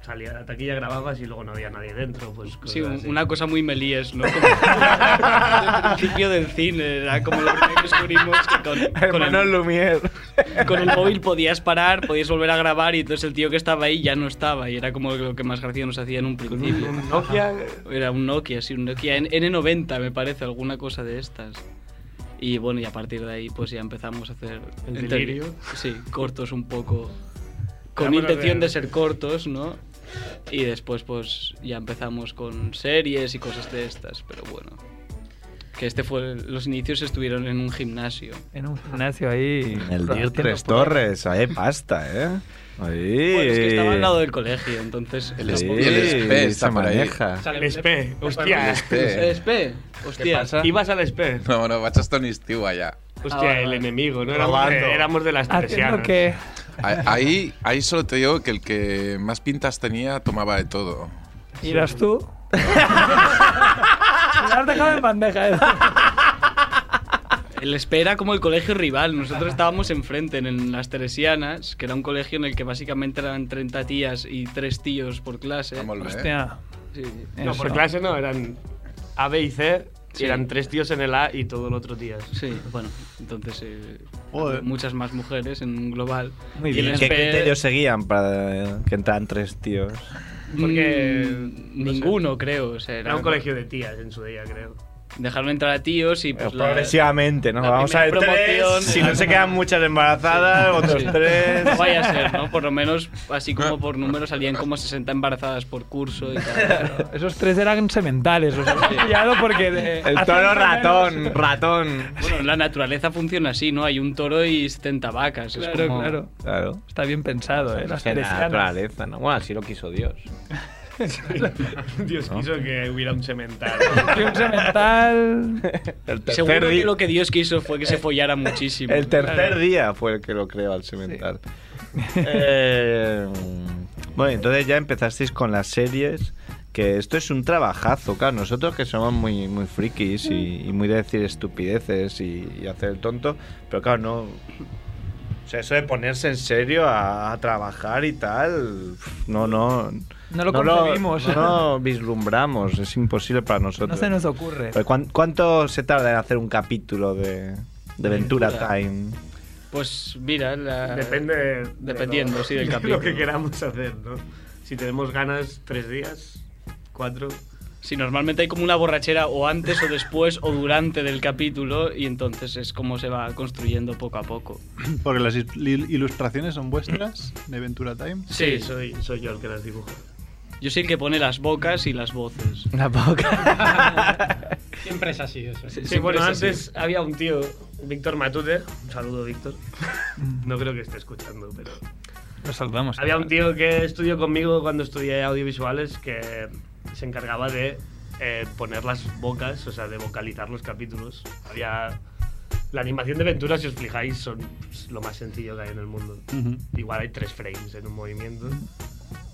Speaker 5: salías a la taquilla, grababas y luego no había nadie dentro. Pues,
Speaker 7: Sí,
Speaker 5: cosas
Speaker 7: un-
Speaker 5: así.
Speaker 7: una cosa muy melíes, ¿no? Como el principio del cine, era como lo primero que descubrimos que con, con
Speaker 2: Hermanos
Speaker 7: el,
Speaker 2: Lumière.
Speaker 7: con el móvil podías parar, podías volver a grabar y entonces el tío que estaba ahí ya no estaba y era como lo que más gracia nos hacía en un principio.
Speaker 5: Un Nokia.
Speaker 7: Era un Nokia, sí, un Nokia N- N90 me parece, alguna cosa de estas. Y bueno, y a partir de ahí pues ya empezamos a hacer...
Speaker 5: El
Speaker 7: entre-
Speaker 5: delirio.
Speaker 7: Sí, cortos un poco. Con
Speaker 5: Vámonos
Speaker 7: intención
Speaker 5: de-
Speaker 7: de ser cortos, ¿no? Y después pues ya empezamos con series y cosas de estas, pero bueno. Que este fue... Los inicios estuvieron en un gimnasio.
Speaker 1: En un gimnasio ahí.
Speaker 2: El
Speaker 1: haciendo
Speaker 2: Dir Tres
Speaker 1: pruebas.
Speaker 2: Torres, ahí pasta, ¿eh? Ahí.
Speaker 7: Bueno, es que estaba
Speaker 2: Eh,
Speaker 7: al lado del colegio, entonces...
Speaker 10: El
Speaker 7: tampoco-
Speaker 10: Y el SP
Speaker 2: se
Speaker 10: está por ahí.
Speaker 2: maneja.
Speaker 5: El SP, hostia.
Speaker 7: Eh,
Speaker 10: Este-
Speaker 7: espe, hostia. Ah,
Speaker 5: Ibas al SP.
Speaker 10: No, no, vas a Tony Stewart allá.
Speaker 5: Hostia, el enemigo, ¿no? Éramos,
Speaker 2: Robando.
Speaker 5: de- éramos de las
Speaker 1: Haciendo
Speaker 5: teresianas.
Speaker 1: que.
Speaker 10: A- Ahí, ahí solo te digo que el que más pintas tenía tomaba de todo.
Speaker 1: ¿Irás tú? Me has dejado en bandeja ¿eh? esto.
Speaker 7: El espera como el colegio rival. Nosotros estábamos enfrente, en, en las Teresianas, que era un colegio en el que básicamente eran 30 tías y 3 tíos por clase.
Speaker 10: Está molt bé.
Speaker 1: Hostia.
Speaker 7: Sí.
Speaker 5: No, por
Speaker 1: Eso.
Speaker 5: clase no, eran A, B y C.
Speaker 7: Sí.
Speaker 5: Y eran tres tíos en el A y todo el otro tías.
Speaker 7: Sí, bueno, entonces eh,
Speaker 3: Joder.
Speaker 7: muchas más mujeres en un global.
Speaker 1: Muy
Speaker 7: Y el
Speaker 1: bien.
Speaker 2: ¿Qué
Speaker 7: SP,
Speaker 2: criterios seguían para eh, que entraran tres tíos?
Speaker 7: mm,
Speaker 5: Porque, Mm, no
Speaker 7: ninguno, creo. o sea,
Speaker 5: Era un colegio de tías en su día, creo.
Speaker 7: Dejaron entrar a tíos y pues la-
Speaker 2: Eh, Progresivamente, ¿no?
Speaker 7: la
Speaker 2: Vamos a ver
Speaker 7: primera
Speaker 2: tres.
Speaker 7: promoción-
Speaker 2: Si no se quedan muchas embarazadas, otros
Speaker 7: Sí.
Speaker 2: tres.
Speaker 7: No vaya a ser, ¿no? Por lo menos, así como por número, salían como 60 embarazadas por curso y tal.
Speaker 1: Esos tres eran sementales, os he pillado porque. de-
Speaker 2: El toro ratón, ratón.
Speaker 7: Bueno, la naturaleza funciona así, ¿no? Hay un toro y 70 vacas. es
Speaker 1: Claro,
Speaker 7: como-
Speaker 1: claro.
Speaker 2: Claro.
Speaker 1: Está bien pensado, ¿eh? Las
Speaker 2: Que la
Speaker 1: teresianas.
Speaker 2: naturaleza, ¿no? Bueno, así lo quiso Dios.
Speaker 5: Dios quiso que hubiera un cemental.
Speaker 1: Y un semental.
Speaker 2: El
Speaker 7: Seguro
Speaker 2: di-
Speaker 7: que lo que Dios quiso fue que se follara muchísimo.
Speaker 2: El tercer día fue el que lo creó al cemental. Eh, bueno, entonces ya empezasteis con las series. Que esto es un trabajazo, claro. Nosotros que somos muy, muy frikis y, y muy de decir estupideces y, y hacer el tonto, pero claro, no. O sea, eso de ponerse en serio a, a trabajar y tal, no, no.
Speaker 1: No lo concebimos.
Speaker 2: No, lo vislumbramos, es imposible para nosotros.
Speaker 1: No se nos ocurre.
Speaker 2: Pero ¿cuán- ¿Cuánto se tarda en hacer un capítulo de, de Ventura
Speaker 7: Ventura.
Speaker 2: Time?
Speaker 7: Pues mira, la-
Speaker 5: Depende. de
Speaker 7: Dependiendo,
Speaker 5: lo-
Speaker 7: sí, del
Speaker 5: de
Speaker 7: capítulo.
Speaker 5: Lo que queramos hacer, ¿no? Si tenemos ganas, tres días, cuatro.
Speaker 7: Si normalmente hay como una borrachera o antes o después o durante del capítulo y entonces es como se va construyendo poco a poco.
Speaker 3: Porque las il- ilustraciones son vuestras de Ventura Time.
Speaker 7: Sí.
Speaker 5: soy, soy yo el que las dibujo.
Speaker 7: Yo soy el que pone las bocas y las voces.
Speaker 2: Una poca.
Speaker 9: Siempre es así eso.
Speaker 7: Sí,
Speaker 5: Sí,
Speaker 7: siempre
Speaker 5: bueno,
Speaker 7: es así.
Speaker 5: antes había un tío, Víctor Matute. Un saludo, Víctor. No creo que esté escuchando, pero.
Speaker 1: Mm. Lo saludamos.
Speaker 5: Había un tío que estudió conmigo cuando estudié audiovisuales que se encargaba de eh, poner las bocas, o sea, de vocalizar los capítulos. Había. La animación de Ventura, si os fijáis, son pues, lo más sencillo que hay en el mundo. Igual hay tres frames en un movimiento.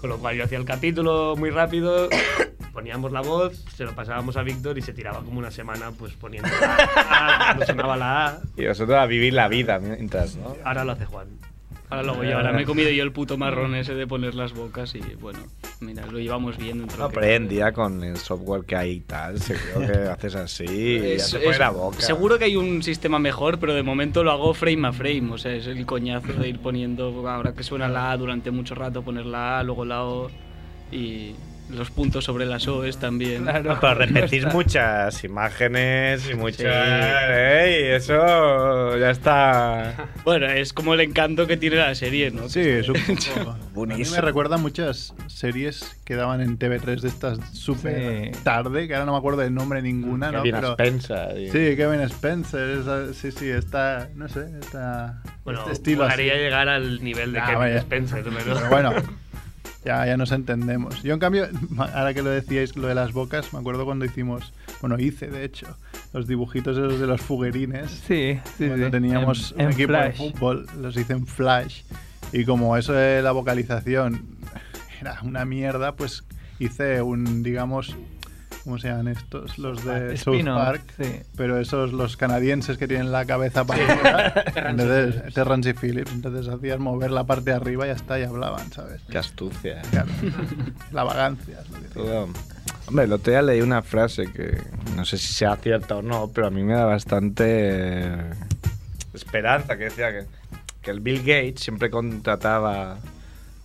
Speaker 5: Con lo cual yo hacía el capítulo muy rápido, poníamos la voz, se lo pasábamos a Víctor y se tiraba como una semana pues poniendo la A, cuando sonaba la A.
Speaker 2: Y nosotros a vivir la vida mientras, ¿no?
Speaker 5: Ahora lo hace Juan.
Speaker 7: Ahora lo hago yo, ahora me he comido yo el puto marrón ese de poner las bocas y bueno, mira, lo llevamos bien dentro de lo que
Speaker 2: Hombre, en
Speaker 7: cabe.
Speaker 2: día con el software que hay y tal, seguro que haces así y ya
Speaker 7: Es-
Speaker 2: te pone
Speaker 7: es-
Speaker 2: la boca.
Speaker 7: Seguro que hay un sistema mejor, pero de momento lo hago frame a frame. O sea, es el coñazo de ir poniendo, ahora que suena la A durante mucho rato, poner la A, luego la O y los puntos sobre las O's también.
Speaker 1: Claro.
Speaker 2: Pero repetís muchas imágenes y muchas... ¿eh? Y eso ya está...
Speaker 7: Bueno, es como el encanto que tiene la serie, ¿no?
Speaker 3: Sí, es un poco. A mí
Speaker 2: Buenísimo.
Speaker 3: me recuerda a muchas series que daban en TV3 de estas súper
Speaker 1: Sí.
Speaker 3: tarde, que ahora no me acuerdo del nombre ninguna, ¿no?
Speaker 2: Kevin
Speaker 3: Pero-
Speaker 2: Spencer y-
Speaker 3: Sí, Kevin Spencer, esa- sí, sí, está, no sé, está
Speaker 5: Bueno,
Speaker 3: este estilo así.
Speaker 5: haría llegar al nivel de
Speaker 3: Ah,
Speaker 5: Kevin
Speaker 3: vaya.
Speaker 5: Spencer, pero...
Speaker 3: Pero bueno, ya, ya nos entendemos. Yo, en cambio, ahora que lo decíais, lo de las bocas, me acuerdo cuando hicimos, bueno, hice de hecho, los dibujitos esos de los fuguerines.
Speaker 1: Sí, sí,
Speaker 3: cuando
Speaker 1: sí.
Speaker 3: teníamos
Speaker 1: En- en
Speaker 3: un equipo
Speaker 1: Flash.
Speaker 3: de fútbol, los hice en Flash. Y como eso de la vocalización era una mierda, pues hice un, digamos, ¿cómo se llaman estos? Los de
Speaker 1: Ah,
Speaker 3: South
Speaker 1: Spin-off,
Speaker 3: Park.
Speaker 1: sí.
Speaker 3: Pero esos, los canadienses que tienen la cabeza para arriba. entonces, Terrence y Phillips. Entonces hacías mover la parte de arriba y ya está, y hablaban, ¿sabes?
Speaker 2: Qué astucia.
Speaker 3: Claro. la vagancia es lo que digo.
Speaker 2: Todo. Hombre, el otro día leí una frase que no sé si sea cierta o no, pero a mí me da bastante eh, esperanza, que decía que, que el Bill Gates siempre contrataba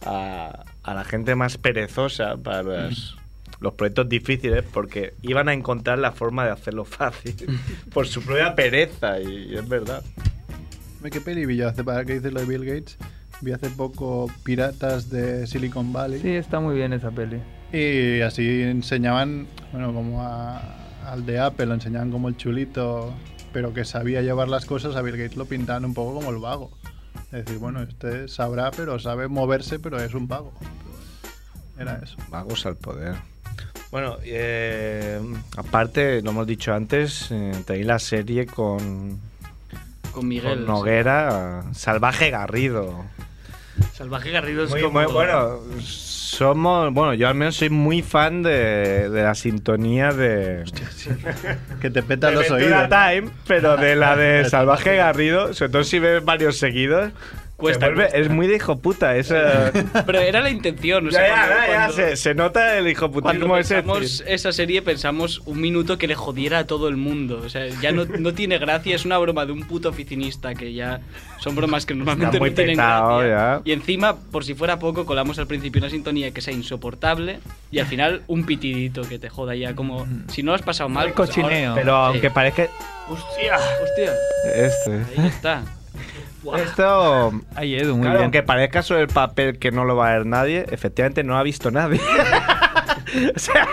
Speaker 2: a, a la gente más perezosa para los, los proyectos difíciles porque iban a encontrar la forma de hacerlo fácil por su propia pereza, y, es verdad.
Speaker 3: Hombre, ¿Qué peli vi yo hace para que dices lo de Bill Gates? Vi hace poco Piratas de Silicon Valley.
Speaker 1: Sí, está muy bien esa peli.
Speaker 3: Y así enseñaban, bueno, como a- al de Apple, lo enseñaban como el chulito, pero que sabía llevar las cosas, a Bill Gates lo pintaban un poco como el vago. Es decir, bueno, este sabrá, pero sabe moverse, pero es un vago. Era eso.
Speaker 2: Vagos al poder. Bueno, eh, aparte, lo hemos dicho antes, eh, tenéis la serie con
Speaker 7: Con Miguel.
Speaker 2: Con Noguera, Salvaje Garrido.
Speaker 5: Salvaje Garrido es
Speaker 2: Muy-
Speaker 5: como...
Speaker 2: muy- bueno,
Speaker 7: ¿eh?
Speaker 2: somos, bueno, yo al menos soy muy fan de, de la sintonía de,
Speaker 3: Que te peta
Speaker 2: de
Speaker 3: los
Speaker 2: Ventura
Speaker 3: oídos.
Speaker 2: Time, pero de la de Salvaje Garrido, sobre todo si ves varios seguidos.
Speaker 7: Cuesta,
Speaker 2: te vuelve-
Speaker 7: cuesta.
Speaker 2: Es muy de hijo puta, esa-
Speaker 7: Pero era la intención, o
Speaker 2: ya,
Speaker 7: sea,
Speaker 2: ya,
Speaker 7: cuando-
Speaker 2: ya, ya,
Speaker 7: cuando-
Speaker 2: se, se nota el hijo
Speaker 7: Cuando
Speaker 2: putismo ese.
Speaker 7: pensamos esa serie pensamos un minuto que le jodiera a todo el mundo. O sea, ya no, no tiene gracia, es una broma de un puto oficinista que ya son bromas que normalmente
Speaker 2: muy
Speaker 7: no tienen
Speaker 2: petao,
Speaker 7: gracia.
Speaker 2: ya.
Speaker 7: Y encima, por si fuera poco, colamos al principio una sintonía que sea insoportable y al final un pitidito que te joda ya como si no lo has pasado mal.
Speaker 1: El
Speaker 7: pues ahora-
Speaker 1: cochineo.
Speaker 2: Mm. Pero aunque Ah. parezca
Speaker 5: ¡Hostia!
Speaker 7: Hostia,
Speaker 2: este.
Speaker 7: ahí está.
Speaker 2: Esto
Speaker 1: Ay, Edu, muy
Speaker 2: Claro,
Speaker 1: bien.
Speaker 2: aunque parezca sobre el papel que no lo va a ver nadie, efectivamente no lo ha visto nadie. o sea,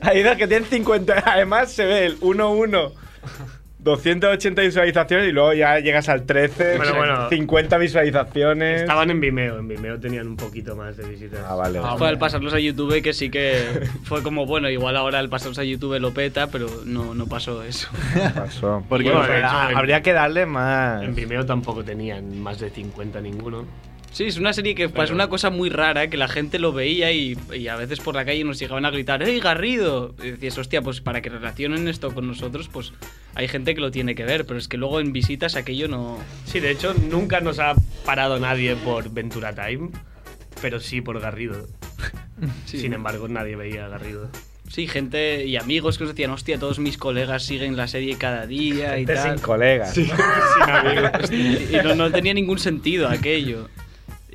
Speaker 2: hay dos que tienen 50. Además, se ve el 1-1. 280 visualizaciones y luego ya llegas al 13,
Speaker 5: Bueno, bueno.
Speaker 2: 50 visualizaciones.
Speaker 5: Estaban en Vimeo, en Vimeo tenían un poquito más de visitas.
Speaker 2: Ah, vale.
Speaker 7: Fue al pasarlos a YouTube que sí que fue como, bueno, igual ahora al pasarlos a YouTube lo peta, pero no, no pasó eso.
Speaker 2: Pasó.
Speaker 5: Porque
Speaker 2: Bueno,
Speaker 5: lo he hecho
Speaker 2: ah,
Speaker 5: en-
Speaker 2: habría que darle más.
Speaker 5: En Vimeo tampoco tenían más de 50 ninguno.
Speaker 7: Sí, es una serie que pasó una cosa muy rara, que la gente lo veía y, y a veces por la calle nos llegaban a gritar, ¡Ey, Garrido! Y decías, hostia, pues para que relacionen esto con nosotros, pues hay gente que lo tiene que ver, pero es que luego en visitas aquello no...
Speaker 5: Sí, de hecho, nunca nos ha parado nadie por Ventura Time, pero sí por Garrido. Sin embargo, nadie veía a Garrido.
Speaker 7: Sí, gente y amigos que nos decían, hostia, todos mis colegas siguen la serie cada día y
Speaker 2: Gente
Speaker 7: tal.
Speaker 2: sin colegas.
Speaker 7: Sí,
Speaker 2: ¿no?
Speaker 7: sin amigos. Y no, no tenía ningún sentido aquello.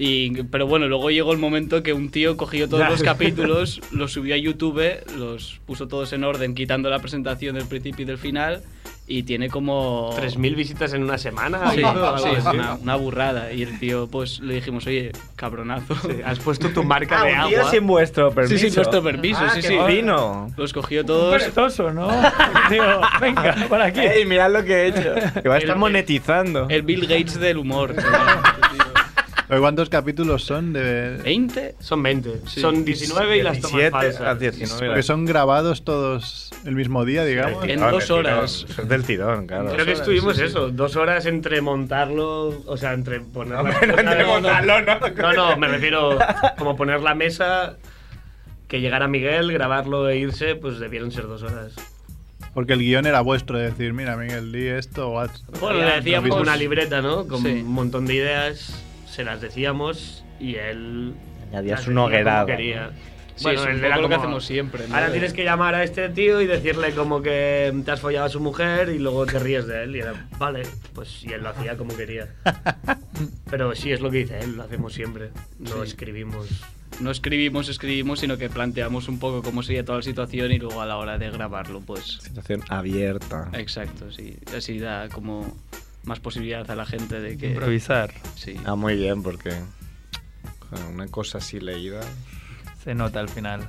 Speaker 7: Y, pero bueno, luego llegó el momento que un tío cogió todos
Speaker 2: Ya.
Speaker 7: los capítulos, los subió a YouTube, los puso todos en orden, quitando la presentación del principio y del final, y tiene como...
Speaker 5: 3.000 visitas en una semana.
Speaker 7: Sí,
Speaker 5: ¿no? Algo
Speaker 7: sí, es
Speaker 5: así.
Speaker 7: una, una burrada. Y el tío, pues le dijimos, oye, cabronazo.
Speaker 5: has puesto tu marca
Speaker 2: Ah,
Speaker 5: de
Speaker 2: un día
Speaker 5: agua.
Speaker 2: sin vuestro permiso.
Speaker 7: Sí, sin nuestro permiso,
Speaker 2: Ah,
Speaker 7: sí,
Speaker 2: qué
Speaker 7: sí.
Speaker 2: fino.
Speaker 7: Los cogió todos.
Speaker 1: Perezoso, ¿no? Digo, venga, por aquí.
Speaker 2: Ey, mirad lo que he hecho. Que va a estar
Speaker 7: El-
Speaker 2: monetizando.
Speaker 7: El Bill Gates del humor.
Speaker 3: Pero ¿Cuántos capítulos son? De...
Speaker 7: ¿20?
Speaker 5: Son 20.
Speaker 7: Sí.
Speaker 5: Son 19 y las tomas
Speaker 2: 17 a
Speaker 5: falsas.
Speaker 2: 19.
Speaker 3: Que son grabados todos el mismo día, digamos.
Speaker 7: En
Speaker 2: Tirón,
Speaker 7: dos
Speaker 2: del tirón.
Speaker 7: horas.
Speaker 2: Eso es del tirón, claro.
Speaker 5: Creo que estuvimos eso, dos horas entre montarlo, o sea, entre poner la
Speaker 2: entre
Speaker 5: no, no.
Speaker 2: montarlo, ¿no?
Speaker 5: No, no, me refiero como poner la mesa, que llegara Miguel, grabarlo e irse, pues debieron ser dos horas.
Speaker 3: Porque el guión era vuestro, de decir, mira, Miguel, di esto o haz.
Speaker 7: Bueno, le decíamos-
Speaker 5: una libreta, ¿no? Con
Speaker 7: Sí.
Speaker 5: un montón de ideas, se las decíamos y él
Speaker 2: Añadías
Speaker 5: las
Speaker 2: un
Speaker 5: decía
Speaker 2: hoguerado.
Speaker 5: como quería.
Speaker 7: Sí, es un
Speaker 5: él
Speaker 7: poco
Speaker 5: era
Speaker 7: lo que
Speaker 5: como,
Speaker 7: hacemos siempre, ¿no?
Speaker 5: Ahora
Speaker 7: De-
Speaker 5: tienes que llamar a este tío y decirle como que te has follado a su mujer y luego te ríes de él. Y era, vale, pues y él lo hacía como quería. Pero sí, es lo que dice él, lo hacemos siempre. No
Speaker 7: Sí.
Speaker 5: escribimos.
Speaker 7: No escribimos, escribimos, sino que planteamos un poco cómo sería toda la situación y luego a la hora de grabarlo, pues.
Speaker 2: Situación abierta.
Speaker 7: Exacto, sí. Así da como más posibilidad a la gente de que.
Speaker 1: Improvisar.
Speaker 7: Sí.
Speaker 2: Ah, muy bien, porque. joder, Una cosa así leída.
Speaker 1: Se nota al final.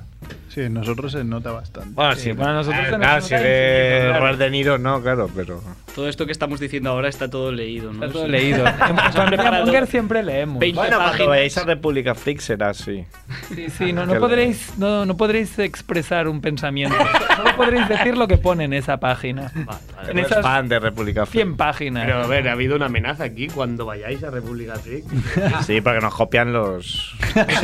Speaker 3: Sí, en nosotros se nota bastante.
Speaker 2: Bueno,
Speaker 1: sí, para nosotros se
Speaker 2: claro,
Speaker 1: nos
Speaker 2: si
Speaker 1: nota
Speaker 2: Ah, de
Speaker 1: infinito,
Speaker 2: Robert De Niro no, claro, pero.
Speaker 7: Todo esto que estamos diciendo ahora está todo leído, ¿no?
Speaker 1: Está todo
Speaker 7: Sí.
Speaker 1: leído. En
Speaker 7: Son
Speaker 1: Familia
Speaker 7: preparados.
Speaker 1: Monger siempre leemos.
Speaker 7: Veinte
Speaker 2: Bueno, cuando
Speaker 7: páginas.
Speaker 2: veáis a República Freak será así.
Speaker 1: Sí, sí, no, no
Speaker 2: Que le-
Speaker 1: podréis, no, no podréis expresar un pensamiento. Solo podréis decir lo que pone en esa página.
Speaker 7: Vale, vale.
Speaker 1: En
Speaker 2: Es
Speaker 1: esas
Speaker 2: fan de República Freak.
Speaker 1: 100 páginas.
Speaker 5: Pero a ver, ha habido una amenaza aquí cuando vayáis a República Freak.
Speaker 2: Sí, porque nos copian los, los
Speaker 1: Invitados,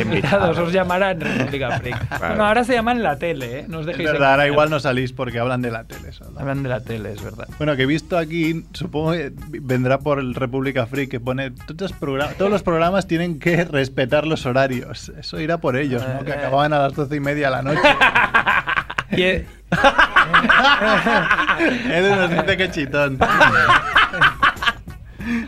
Speaker 2: invitados.
Speaker 1: os llamarán República Freak.
Speaker 2: Claro.
Speaker 1: Bueno, ahora se llaman la tele, ¿eh? No os
Speaker 3: Es
Speaker 1: dejéis.
Speaker 3: verdad, ahora
Speaker 1: engañar.
Speaker 3: igual no salís porque hablan de la tele solo.
Speaker 1: Hablan de la tele, es verdad.
Speaker 3: Bueno, que he visto aquí, supongo que vendrá por el República Free, que pone todos, los progra- todos los programas tienen que respetar los horarios. Eso irá por ellos, ¿no?
Speaker 7: Eh,
Speaker 3: Que acababan a las doce y media de la noche.
Speaker 1: Y, eh,
Speaker 3: Edu nos dice que chitón.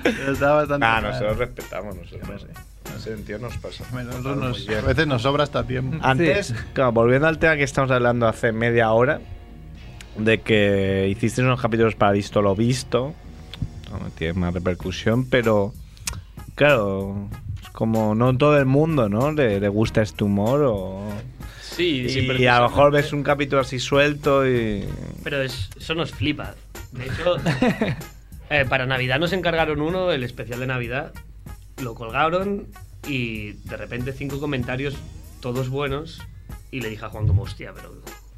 Speaker 3: Pero Está bastante
Speaker 2: Ah,
Speaker 3: mal.
Speaker 2: nosotros respetamos, nosotros. eh. En ese sentido nos pasa.
Speaker 3: Nosotros nos-
Speaker 2: Muy
Speaker 3: a
Speaker 2: bien.
Speaker 3: veces nos sobra hasta tiempo.
Speaker 7: Ah.
Speaker 2: Antes,
Speaker 1: Sí.
Speaker 2: claro, volviendo al tema que estamos hablando hace media hora, de que hiciste unos capítulos para Visto lo Visto, no tiene más repercusión, pero claro, es como no todo el mundo, ¿no? Le, le gusta este humor o...
Speaker 7: Sí, sí,
Speaker 2: Y, a
Speaker 7: precisamente.
Speaker 2: lo mejor ves un capítulo así suelto y...
Speaker 5: Pero es- eso nos flipa. De hecho, eh, para Navidad nos encargaron uno, el especial de Navidad. Lo colgaron y de repente cinco comentarios, todos buenos. Y le dije a Juan como, hostia, pero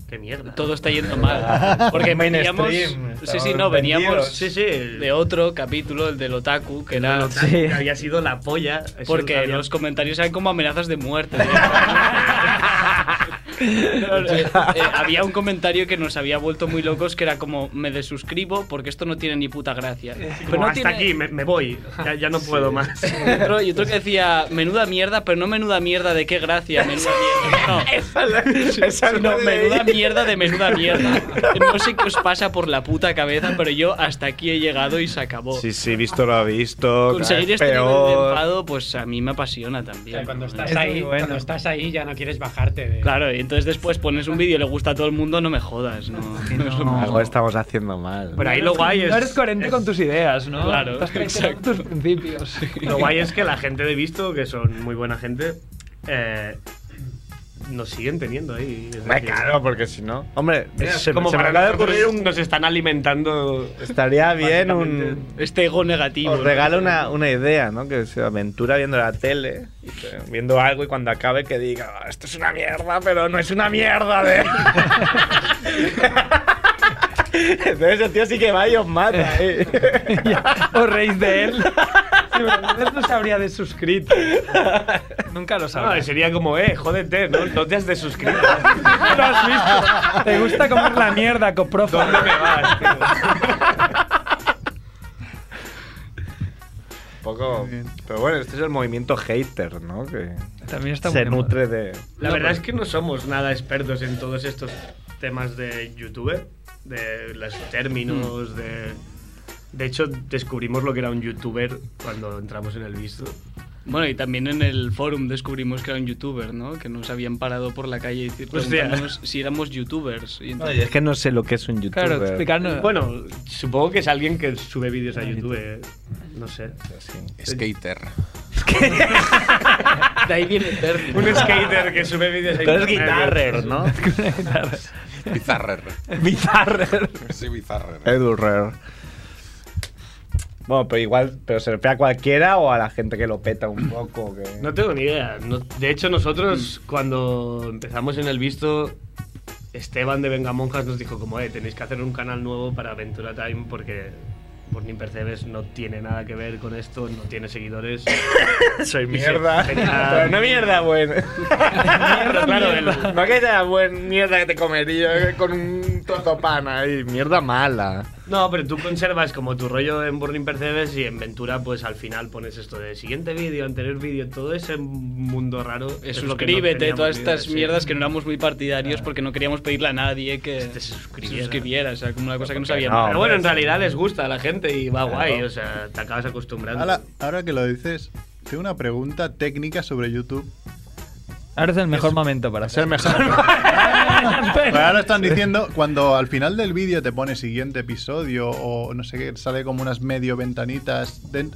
Speaker 5: qué mierda.
Speaker 7: Todo está yendo mal. Porque
Speaker 2: Mainstream,
Speaker 7: veníamos. Sí, sí, no,
Speaker 2: estamos
Speaker 7: veníamos
Speaker 2: vendidos.
Speaker 5: Sí, sí. el-
Speaker 7: de otro capítulo, el del Otaku, que era.
Speaker 5: Tan- que había sido la polla. Eso
Speaker 7: Porque
Speaker 5: había-
Speaker 7: los comentarios eran como amenazas de muerte. Eh, eh, había un comentario que nos había vuelto muy locos que era como me desuscribo porque esto no tiene ni puta gracia.
Speaker 5: Como,
Speaker 7: no
Speaker 5: hasta
Speaker 7: tiene-
Speaker 5: aquí, me, me voy. Ya, ya no puedo más.
Speaker 7: Y otro, y otro que decía menuda mierda, pero no menuda mierda de qué gracia, menuda mierda. No. Sino menuda mierda de menuda mierda. No sé qué os pasa por la puta cabeza, pero yo hasta aquí he llegado y se acabó.
Speaker 2: Sí, sí, visto lo visto,
Speaker 7: Conseguir
Speaker 2: cada vez
Speaker 7: este nivel de
Speaker 2: peor.
Speaker 7: enfado, pues a mí me apasiona también.
Speaker 9: cuando
Speaker 7: ¿no?
Speaker 9: estás
Speaker 1: Es muy
Speaker 9: ahí,
Speaker 1: bueno.
Speaker 9: cuando estás ahí ya no quieres bajarte de.
Speaker 7: Claro, y entonces después pones un vídeo, le gusta a todo el mundo, no me jodas, ¿no? No es lo
Speaker 1: no.
Speaker 7: mismo.
Speaker 2: Algo estamos haciendo mal.
Speaker 5: Pero ahí lo guay es.
Speaker 1: no eres coherente con tus ideas, ¿no?
Speaker 7: Claro,
Speaker 1: Estás traicionando
Speaker 7: exacto.
Speaker 1: tus principios.
Speaker 5: Lo guay es que la gente de Visto, que son muy buena gente, eh, nos siguen teniendo ahí. Es
Speaker 2: Hombre,
Speaker 5: decir,
Speaker 2: claro, porque si no... Hombre,
Speaker 7: eh,
Speaker 5: mira,
Speaker 2: se,
Speaker 5: como
Speaker 2: se me
Speaker 5: para
Speaker 2: acaba de
Speaker 5: nosotros
Speaker 2: ocurrir un
Speaker 5: Nos están alimentando.
Speaker 2: Estaría bien un.
Speaker 5: Básicamente.
Speaker 7: Este ego negativo.
Speaker 2: Os
Speaker 7: ¿no?
Speaker 2: regalo una, una idea, ¿no? Que sea aventura viendo la tele, y te- viendo algo y cuando acabe que diga, "Ah, esto es una mierda, pero no es una mierda de. Entonces el tío sí que va y os mata. ¿eh?
Speaker 1: Ya, os reís de él. Sí, pero entonces no se habría desuscrito. Nunca lo
Speaker 5: No,
Speaker 1: sabrás.
Speaker 5: sería como, eh, jódete, no, no te has de suscribir.
Speaker 1: Lo has visto. Te gusta comer la mierda, coprofa.
Speaker 5: ¿Dónde me vas, tío?
Speaker 2: poco. Pero bueno, este es el movimiento hater, ¿no? Que
Speaker 1: También está
Speaker 2: se
Speaker 1: muy de moda.
Speaker 2: nutre de.
Speaker 5: La verdad es que no somos nada expertos en todos estos temas de YouTube, de los términos, de... De hecho, descubrimos lo que era un youtuber cuando entramos en el visto.
Speaker 7: Bueno, y también en el forum descubrimos que era un youtuber, ¿no? Que nos habían parado por la calle y decir-
Speaker 5: Hostia.
Speaker 7: preguntándonos si éramos youtubers. Y entonces-
Speaker 2: es que no sé lo que es un youtuber.
Speaker 1: Claro, explicarnos.
Speaker 5: Bueno, supongo que es alguien que sube vídeos a YouTube, eh. no sé.
Speaker 10: Skater.
Speaker 7: de ahí viene el término.
Speaker 5: Un skater que sube vídeos a
Speaker 2: Pero es
Speaker 5: YouTube.
Speaker 2: guitarrer, ¿no?
Speaker 10: Bizarrer.
Speaker 2: Bizarrer.
Speaker 10: Sí, bizarrer.
Speaker 2: Edurrer. Bueno, pero igual, pero se refiere a cualquiera o a la gente que lo peta un poco. Que...
Speaker 5: No tengo ni idea. No- de hecho, nosotros cuando empezamos en el visto, Esteban de Vengamonjas nos dijo como, eh, tenéis que hacer un canal nuevo para Aventura Time porque Burning Percebes no tiene nada que ver con esto, no tiene seguidores.
Speaker 2: soy
Speaker 5: mierda.
Speaker 2: pero no mierda buena.
Speaker 5: Pero claro, el-
Speaker 2: No que sea buen mierda que te comería eh, con un tostopán ahí. Mierda mala.
Speaker 5: no, pero tú conservas como tu rollo en Burning Percebes y en Ventura pues al final pones esto de siguiente vídeo, anterior vídeo, todo ese mundo raro.
Speaker 7: Eh,
Speaker 5: es lo que no
Speaker 7: suscríbete,
Speaker 5: teníamos
Speaker 7: todas
Speaker 5: ni
Speaker 7: estas
Speaker 5: idea, sí.
Speaker 7: mierdas que no éramos muy partidarios porque no queríamos pedirle a nadie que
Speaker 5: te suscribiera.
Speaker 7: suscribiera, O sea, como una cosa que no
Speaker 2: Porque
Speaker 7: sabíamos.
Speaker 2: no.
Speaker 5: Pero bueno, en realidad les gusta a la gente y va guay, o sea, te acabas acostumbrando.
Speaker 3: Ahora, ahora que lo dices, tengo una pregunta técnica sobre YouTube.
Speaker 1: Ahora es el mejor momento para hacer.
Speaker 3: mejor.
Speaker 1: Espera.
Speaker 3: ahora están diciendo, cuando al final del vídeo te pone siguiente episodio o no sé qué, sale como unas medio ventanitas. de-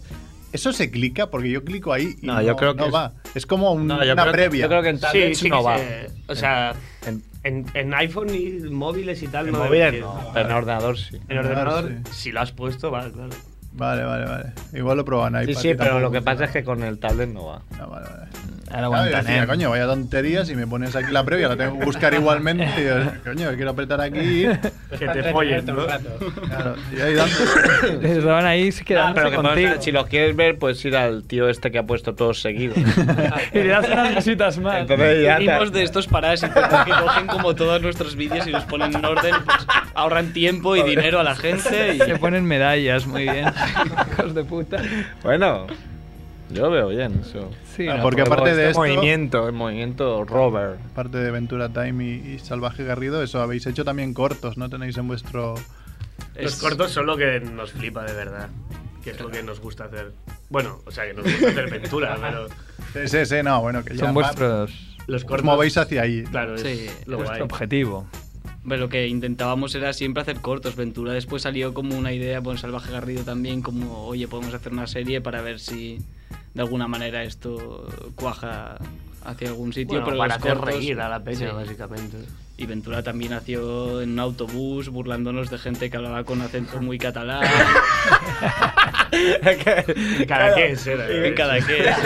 Speaker 3: ¿Eso se clica? Porque yo clico ahí y no,
Speaker 2: No, yo creo que
Speaker 3: no
Speaker 2: es-
Speaker 3: va. Es, como un-
Speaker 2: No, yo
Speaker 3: una
Speaker 2: creo que-
Speaker 3: previa.
Speaker 2: yo creo que en
Speaker 5: sí,
Speaker 2: tablets
Speaker 5: sí,
Speaker 2: no
Speaker 5: que
Speaker 2: va.
Speaker 5: se- o sea,
Speaker 2: En,
Speaker 5: en, en iPhone y móviles y tal.
Speaker 2: en
Speaker 5: no
Speaker 2: móviles
Speaker 5: que-
Speaker 2: no, pero en ordenador sí.
Speaker 5: En ordenador,
Speaker 3: Ah, sí.
Speaker 5: si lo has puesto, va, claro.
Speaker 3: Vale, vale, vale. Igual lo proban ahí.
Speaker 2: Sí, sí, pero lo que pasa es que con el tablet no va.
Speaker 3: Ah, vale, vale.
Speaker 1: Ahora
Speaker 3: Claro, yo
Speaker 1: aguantan,
Speaker 3: decía,
Speaker 1: ¿eh?
Speaker 3: coño, vaya tonterías y me pones aquí la previa, la tengo que buscar igualmente. Y yo, coño, quiero apretar aquí.
Speaker 2: Pues
Speaker 5: Que te follen, ¿no?
Speaker 3: Claro, y ahí dando.
Speaker 1: Estaban ahí sí quedándose
Speaker 2: Ah, pero que
Speaker 1: contigo.
Speaker 2: si los quieres ver, puedes ir al tío este que ha puesto todos seguidos.
Speaker 1: Y le das unas visitas más.
Speaker 2: Entonces ya te-
Speaker 7: Venimos de estos parásitos que cogen como todos nuestros vídeos y los ponen en orden, pues ahorran tiempo y dinero a la gente. Y...
Speaker 1: Le ponen medallas, muy bien. Hijos de puta.
Speaker 2: Bueno, yo veo bien eso.
Speaker 1: Sí,
Speaker 3: Ah,
Speaker 1: no,
Speaker 3: porque
Speaker 1: pues-
Speaker 3: aparte
Speaker 2: Este
Speaker 3: de esto-
Speaker 2: movimiento, el movimiento Robert.
Speaker 3: Parte de Ventura Time y, y Salvaje Garrido, eso habéis hecho también cortos, ¿no? Tenéis en vuestro.
Speaker 5: Los cortos son lo que nos flipa de verdad. Que es lo que nos gusta hacer. Bueno, o sea, que nos gusta hacer aventura, pero
Speaker 3: Sí, sí, sí, no, bueno, que ya.
Speaker 1: Son
Speaker 3: va-
Speaker 1: vuestros.
Speaker 5: los
Speaker 3: Os
Speaker 5: cortos.
Speaker 3: movéis hacia ahí.
Speaker 5: Claro, es
Speaker 7: Sí,
Speaker 5: lo
Speaker 1: vuestro
Speaker 5: guay.
Speaker 1: objetivo.
Speaker 7: Pero lo que intentábamos era siempre hacer cortos. Ventura después salió como una idea con Salvaje Garrido también, como, oye, podemos hacer una serie para ver si de alguna manera esto cuaja hacia algún sitio.
Speaker 5: Bueno,
Speaker 7: pero
Speaker 5: para
Speaker 7: los
Speaker 5: hacer
Speaker 7: cortos-
Speaker 5: reír a la peña,
Speaker 7: Sí.
Speaker 5: básicamente.
Speaker 7: Y Ventura también nació en un autobús burlándonos de gente que hablaba con acento muy catalán.
Speaker 5: Y cada qué es, eh? era.
Speaker 7: en cada que.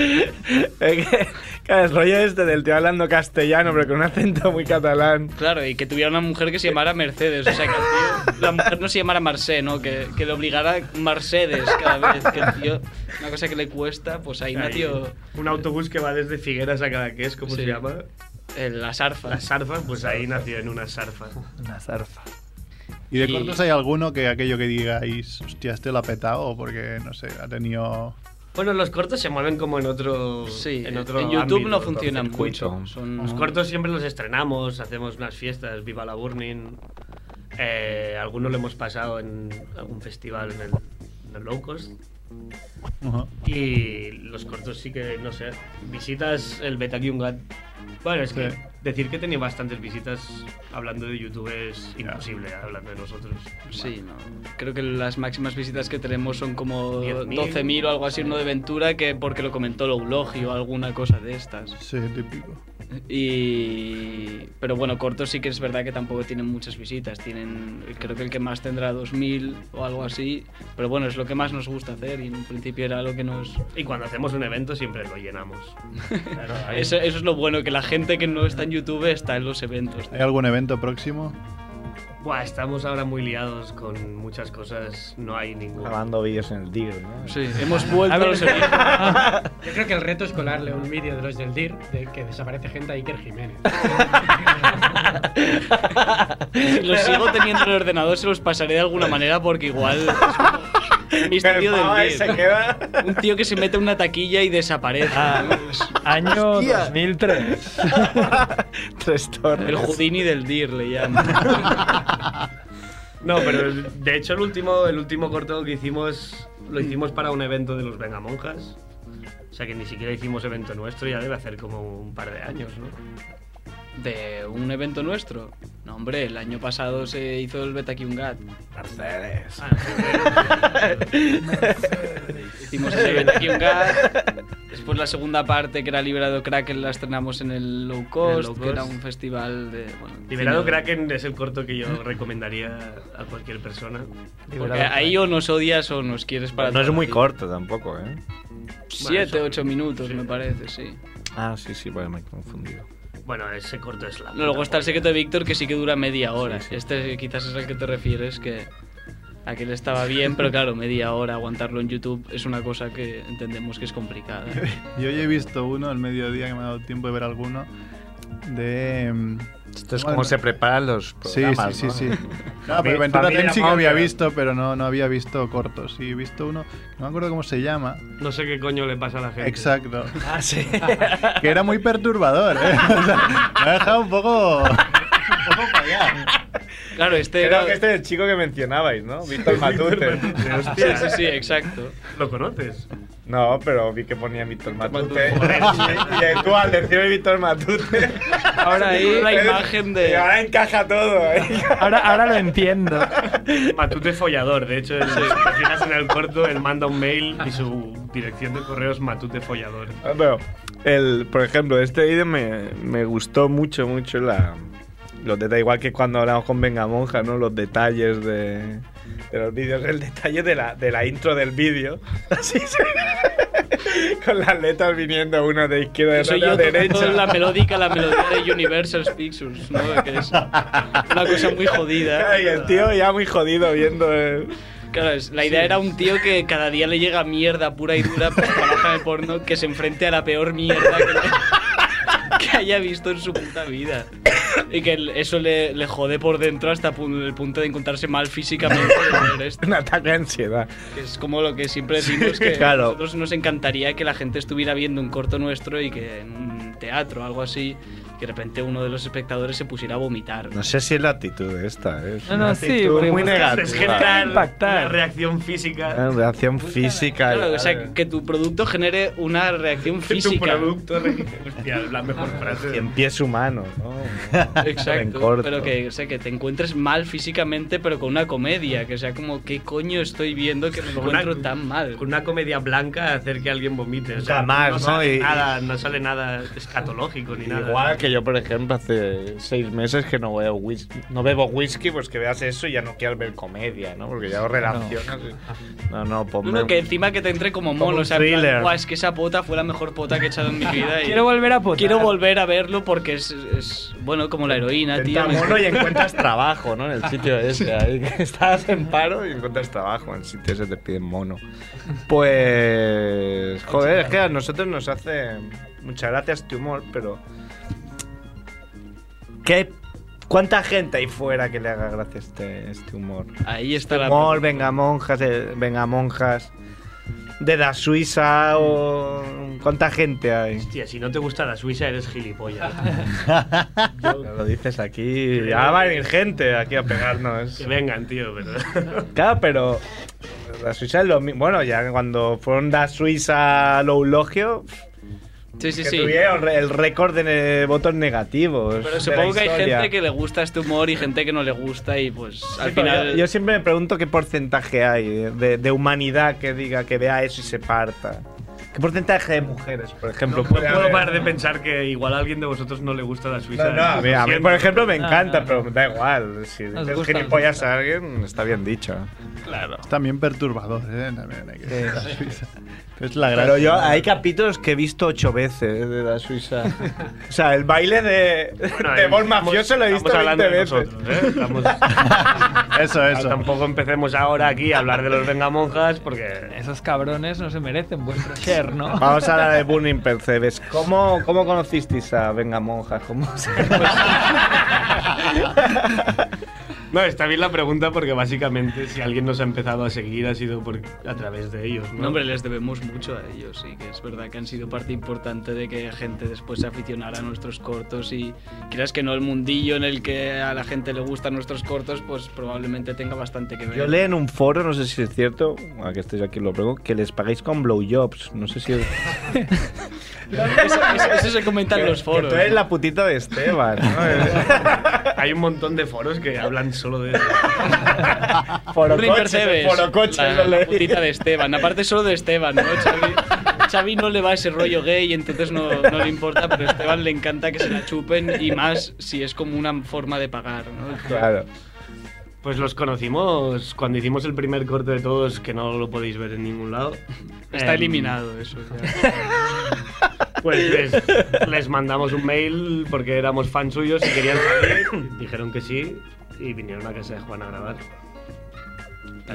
Speaker 2: Es que, Eh, claro, el rollo este del tío hablando castellano, pero con un acento muy catalán.
Speaker 7: Claro, y que tuviera una mujer que se llamara Mercedes. O sea, que el tío- la mujer no se llamara Marcé, ¿no? Que, que le obligara Mercedes cada vez. Que el tío, una cosa que le cuesta, pues ahí
Speaker 5: Ahí,
Speaker 7: nació
Speaker 5: Un autobús que va desde Figueras a Cadaqués, ¿cómo
Speaker 7: Sí.
Speaker 5: se llama?
Speaker 7: eh, la zarfa.
Speaker 5: La sarfa, pues ahí nació en una sarfa.
Speaker 1: Una zarfa.
Speaker 3: ¿Y de
Speaker 7: Y-
Speaker 3: cortos hay alguno que aquello que digáis, hostia, este lo ha petado? Porque, no sé, ha tenido.
Speaker 5: Bueno, los cortos se mueven como en otro.
Speaker 7: Sí, en,
Speaker 5: en, otro
Speaker 7: YouTube
Speaker 5: ámbito,
Speaker 7: no funcionan
Speaker 2: circuito.
Speaker 7: mucho. Son
Speaker 5: Los cortos siempre los estrenamos, hacemos unas fiestas, viva la Burning. Eh, algunos lo hemos pasado en algún festival en el, en el Low Cost.
Speaker 3: Ujú.
Speaker 5: Y los cortos sí que, no sé, visitas el Betakiungat. Bueno, es que
Speaker 3: Sí.
Speaker 5: decir que he tenido bastantes visitas hablando de YouTube es imposible, hablando de nosotros.
Speaker 7: Sí, no. Creo que las máximas visitas que tenemos son como
Speaker 5: 10.000.
Speaker 7: 12.000 o algo así, uno de Ventura, que porque lo comentó Loulogi o alguna cosa de estas.
Speaker 3: Sí, típico.
Speaker 7: Y... Pero bueno, cortos sí que es verdad que tampoco tienen muchas visitas. Tienen, creo que el que más tendrá 2.000 o algo así. Pero bueno, es lo que más nos gusta hacer y en un principio era lo que nos...
Speaker 5: Y cuando hacemos un evento siempre lo llenamos. Claro, ahí-
Speaker 7: Eso, eso es lo bueno, que la gente que no está en YouTube está en los eventos.
Speaker 3: ¿Hay algún evento próximo?
Speaker 5: Buah, estamos ahora muy liados con muchas cosas, no hay ningún...
Speaker 2: Grabando vídeos en el DIR, ¿no?
Speaker 7: Sí, hemos vuelto a, los eventos.
Speaker 9: Yo creo que el reto es colarle un vídeo de los del DIR de que desaparece gente a Iker Jiménez.
Speaker 7: Si los sigo teniendo en el ordenador, se los pasaré de alguna manera porque igual es como- Misterio
Speaker 11: El
Speaker 7: del
Speaker 11: pavo ahí
Speaker 7: Dir.
Speaker 11: se queda. Ah,
Speaker 7: Un tío que se mete una taquilla y desaparece.
Speaker 1: Año
Speaker 7: Hostia.
Speaker 1: 2003.
Speaker 2: Tres torres.
Speaker 7: El Houdini del Dir le llaman.
Speaker 5: No, pero el- de hecho el último, el último corto que hicimos lo hicimos para un evento de los Vengamonjas. O sea que ni siquiera hicimos evento nuestro, ya debe hacer como un par de años, ¿no?
Speaker 7: ¿De un evento nuestro? No, hombre, el año pasado se hizo el Betakiungat.
Speaker 2: Mercedes.
Speaker 7: Ah, Hicimos el Betakiungat. Después la segunda parte, que era Liberado Kraken, la estrenamos en el Low Cost,
Speaker 5: Low
Speaker 7: que era
Speaker 5: Cost.
Speaker 7: un festival de... bueno,
Speaker 5: Liberado
Speaker 7: cine.
Speaker 5: Kraken es el corto que yo recomendaría a cualquier persona.
Speaker 7: Porque
Speaker 5: eh.
Speaker 7: ahí o nos odias o nos quieres para...
Speaker 2: No es
Speaker 7: toda la
Speaker 2: muy
Speaker 7: vida.
Speaker 2: corto tampoco, ¿eh?
Speaker 7: Siete,
Speaker 5: Bueno,
Speaker 7: ocho minutos, me parece, sí.
Speaker 2: Ah, sí, sí, bueno, me he confundido.
Speaker 5: Bueno, ese corto es la.
Speaker 7: No, luego está el secreto de Víctor que sí que dura media hora.
Speaker 2: Sí, sí.
Speaker 7: Este quizás es al que te refieres, que aquel estaba bien, pero claro, media hora aguantarlo en YouTube es una cosa que entendemos que es complicada.
Speaker 3: Yo ya he visto uno al mediodía que me ha dado tiempo de ver alguno de. mm,
Speaker 2: Esto es
Speaker 3: bueno,
Speaker 2: como se preparan los
Speaker 3: Sí,
Speaker 2: programas,
Speaker 3: sí,
Speaker 2: ¿no?
Speaker 3: sí, sí.
Speaker 5: Fami-
Speaker 3: No, pero Ventura
Speaker 5: familia
Speaker 3: Tren sí que había
Speaker 5: Mountain.
Speaker 3: visto, pero no, no había visto cortos. Sí, he visto uno, no me acuerdo cómo se llama.
Speaker 5: No sé qué coño le pasa a la gente.
Speaker 3: Exacto.
Speaker 2: Ah, sí.
Speaker 3: Que era muy perturbador, ¿eh? O sea, me ha dejado un poco.
Speaker 7: Claro, este
Speaker 2: Creo
Speaker 7: era...
Speaker 2: que este es el chico que mencionabais, ¿no? Víctor Matute.
Speaker 7: Sí,
Speaker 2: Hostia.
Speaker 7: sí, sí, exacto.
Speaker 5: ¿Lo conoces?
Speaker 2: No, pero vi que ponía Víctor Matute.
Speaker 7: Matute.
Speaker 2: y, y tú al decirme Víctor Matute.
Speaker 1: Ahora ahí-
Speaker 7: La imagen
Speaker 2: Y
Speaker 7: de...
Speaker 2: ahora encaja todo. ¿eh?
Speaker 1: Ahora, ahora lo entiendo.
Speaker 5: Matute follador, de hecho, el- si te fijas en el corto, él manda un mail y su dirección de correo es Matute follador.
Speaker 2: Ah, Pero, el, por ejemplo, este vídeo me, me gustó mucho, mucho la. Los detalles, igual que cuando hablamos con Venga Monja, ¿no? Los detalles de, de los vídeos, el detalle de la, de la intro del vídeo. Así se- Con las letras viniendo una de izquierda y
Speaker 7: Soy
Speaker 2: otra
Speaker 7: yo
Speaker 2: de
Speaker 7: tocando
Speaker 2: derecha.
Speaker 7: la melódica, la melodía de Universal Pictures, ¿no? Que es una cosa muy jodida.
Speaker 2: Y el tío ya muy jodido viendo el.
Speaker 7: Claro, es- la idea era un tío que cada día le llega mierda pura y dura por trabaja de porno que se enfrente a la peor mierda que, le- que haya visto en su puta vida. Y que el- eso le, le jode por dentro hasta pu- el punto de encontrarse mal físicamente de ver esto.
Speaker 2: Un ataque de ansiedad.
Speaker 7: Que es como lo que siempre decimos que
Speaker 2: claro.
Speaker 7: a nosotros nos encantaría que la gente estuviera viendo un corto nuestro y que en un teatro o algo así, que de repente uno de los espectadores se pusiera a vomitar.
Speaker 2: No sé si es la actitud esta, ¿eh? es
Speaker 1: No,
Speaker 2: una
Speaker 1: no, sí,
Speaker 2: actitud
Speaker 1: porque
Speaker 2: muy
Speaker 1: buscas
Speaker 5: Es
Speaker 2: negativa.
Speaker 5: generar
Speaker 1: Impactar.
Speaker 5: una reacción física.
Speaker 2: Una reacción física.
Speaker 7: Claro, o sea, que tu producto genere una reacción
Speaker 5: Tu
Speaker 7: física.
Speaker 5: producto. re- Hostia, la mejor
Speaker 2: Ah,
Speaker 5: frase.
Speaker 2: en pies humanos, ¿no? En
Speaker 7: Exacto,
Speaker 2: corto.
Speaker 7: pero que, o sea, que te encuentres mal físicamente, pero con una comedia, que sea como, ¿qué coño estoy viendo que me
Speaker 5: Con una-
Speaker 7: encuentro tan mal?
Speaker 5: Con una comedia blanca hacer que alguien vomite. O sea,
Speaker 2: Jamás,
Speaker 5: no,
Speaker 2: ¿no?
Speaker 5: sale
Speaker 2: Y-
Speaker 5: nada, no sale nada escatológico ni nada.
Speaker 2: Igual que yo, por ejemplo, hace seis meses que no veo whisky, no bebo whisky, pues que veas eso y ya no quieras ver comedia, ¿no? Porque ya lo relacionas. y- No, no, ponme
Speaker 7: Uno que
Speaker 2: un-
Speaker 7: encima que te entre como mono,
Speaker 2: un
Speaker 7: o sea, en plan,
Speaker 2: thriller.
Speaker 7: "Buah, es que esa pota fue la mejor pota que he echado en mi vida. y
Speaker 1: Quiero volver a potar.
Speaker 7: quiero volver a verlo porque es, es, bueno, como la heroína, tío.
Speaker 2: Intenta
Speaker 7: me-
Speaker 2: mono y encuentras trabajo, ¿no? En el sitio ese, ahí que estás en paro y encuentras trabajo. En el sitio ese te piden mono. Pues. Joder, es que a nosotros nos hace. Muchas gracias tu humor, pero. ¿Qué, ¿Cuánta gente hay fuera que le haga gracia este, este humor?
Speaker 7: Ahí está la...
Speaker 2: Humor, venga monjas, eh, venga monjas. De la Suiza o. ¿Cuánta gente hay?
Speaker 5: Hostia, si no te gusta la Suiza, eres gilipollas.
Speaker 2: Lo dices aquí. Ya va a venir gente aquí a pegarnos.
Speaker 5: que vengan, tío, pero.
Speaker 2: Claro, pero la Suiza es lo mismo. Bueno, ya cuando fueron la Suiza a lo eulogio,
Speaker 7: Sí, sí,
Speaker 2: que
Speaker 7: sí.
Speaker 2: tuvieron re- el récord de ne- votos negativos. de
Speaker 7: Pero
Speaker 2: la
Speaker 7: supongo que hay
Speaker 2: historia.
Speaker 7: gente que le gusta este humor y gente que no le gusta y pues al
Speaker 2: Sí, pero
Speaker 7: final...
Speaker 2: Yo, yo siempre me pregunto qué porcentaje hay de, de- de humanidad que diga que vea eso y se parta. ¿Qué porcentaje de mujeres, por ejemplo?
Speaker 5: No
Speaker 2: puede
Speaker 5: puedo
Speaker 2: haber?
Speaker 5: parar de pensar que igual a alguien de vosotros no le gusta la Suiza.
Speaker 2: No, no, a mí, a mí,
Speaker 5: Siento.
Speaker 2: por ejemplo, me
Speaker 1: No,
Speaker 2: encanta,
Speaker 1: no.
Speaker 2: pero da igual. Si
Speaker 1: Nos
Speaker 2: dices
Speaker 1: gusta, nos
Speaker 2: gilipollas a alguien, está bien dicho.
Speaker 3: Es también perturbador, ¿eh? También hay que la Suiza. Es la gracia.
Speaker 2: Pero yo, hay capítulos que he visto ocho veces de la Suiza. o sea, el baile de,
Speaker 5: Bueno,
Speaker 2: de
Speaker 5: eh,
Speaker 2: Bol
Speaker 5: estamos-
Speaker 2: Mafioso lo he visto
Speaker 5: estamos hablando
Speaker 2: 20
Speaker 5: de
Speaker 2: veces.
Speaker 5: nosotros, ¿eh? Estamos-
Speaker 3: Eso, eso.
Speaker 5: Ah, Tampoco empecemos ahora aquí a hablar de los vengamonjas porque.
Speaker 1: Esos cabrones no se merecen vuestro share, ¿no?
Speaker 2: Vamos a hablar de Burning Percebes. ¿Cómo, ¿Cómo conocisteis a Venga Monjas? ¿Cómo se-
Speaker 5: No, está bien la pregunta porque básicamente si alguien nos ha empezado a seguir ha sido por, a través de ellos. ¿no?
Speaker 7: No, hombre, les debemos mucho a ellos, sí, que es verdad que han sido parte importante de que gente después se aficionara a nuestros cortos y creas que no el mundillo en el que a la gente le gustan nuestros cortos, pues probablemente tenga bastante que ver.
Speaker 2: Yo leí en un foro, no sé si es cierto, a que estéis aquí lo prego, que les pagáis con blowjobs. No sé si es.
Speaker 7: Eso, eso- eso se comenta en los
Speaker 2: Que
Speaker 7: foros.
Speaker 2: tú eres la putita de Esteban, ¿no?
Speaker 5: Hay un montón de foros que hablan solo de eso.
Speaker 2: Foro
Speaker 7: River
Speaker 2: coches,
Speaker 7: Cebes,
Speaker 2: foro coches,
Speaker 7: la,
Speaker 2: lo leí.
Speaker 7: la putita de Esteban. Aparte solo de Esteban, ¿no? Xavi, Xavi no le va ese rollo gay, entonces no, no le importa, pero a Esteban le encanta que se la chupen y más si es como una forma de pagar, ¿no?
Speaker 2: Claro.
Speaker 5: Pues los conocimos cuando hicimos el primer corte de todos, que no lo podéis ver en ningún lado.
Speaker 7: Está
Speaker 5: Em,
Speaker 7: eliminado eso. ya.
Speaker 5: Pues les, les mandamos un mail porque éramos fans suyos y querían salir. Dijeron que sí y vinieron a casa de Juan a grabar.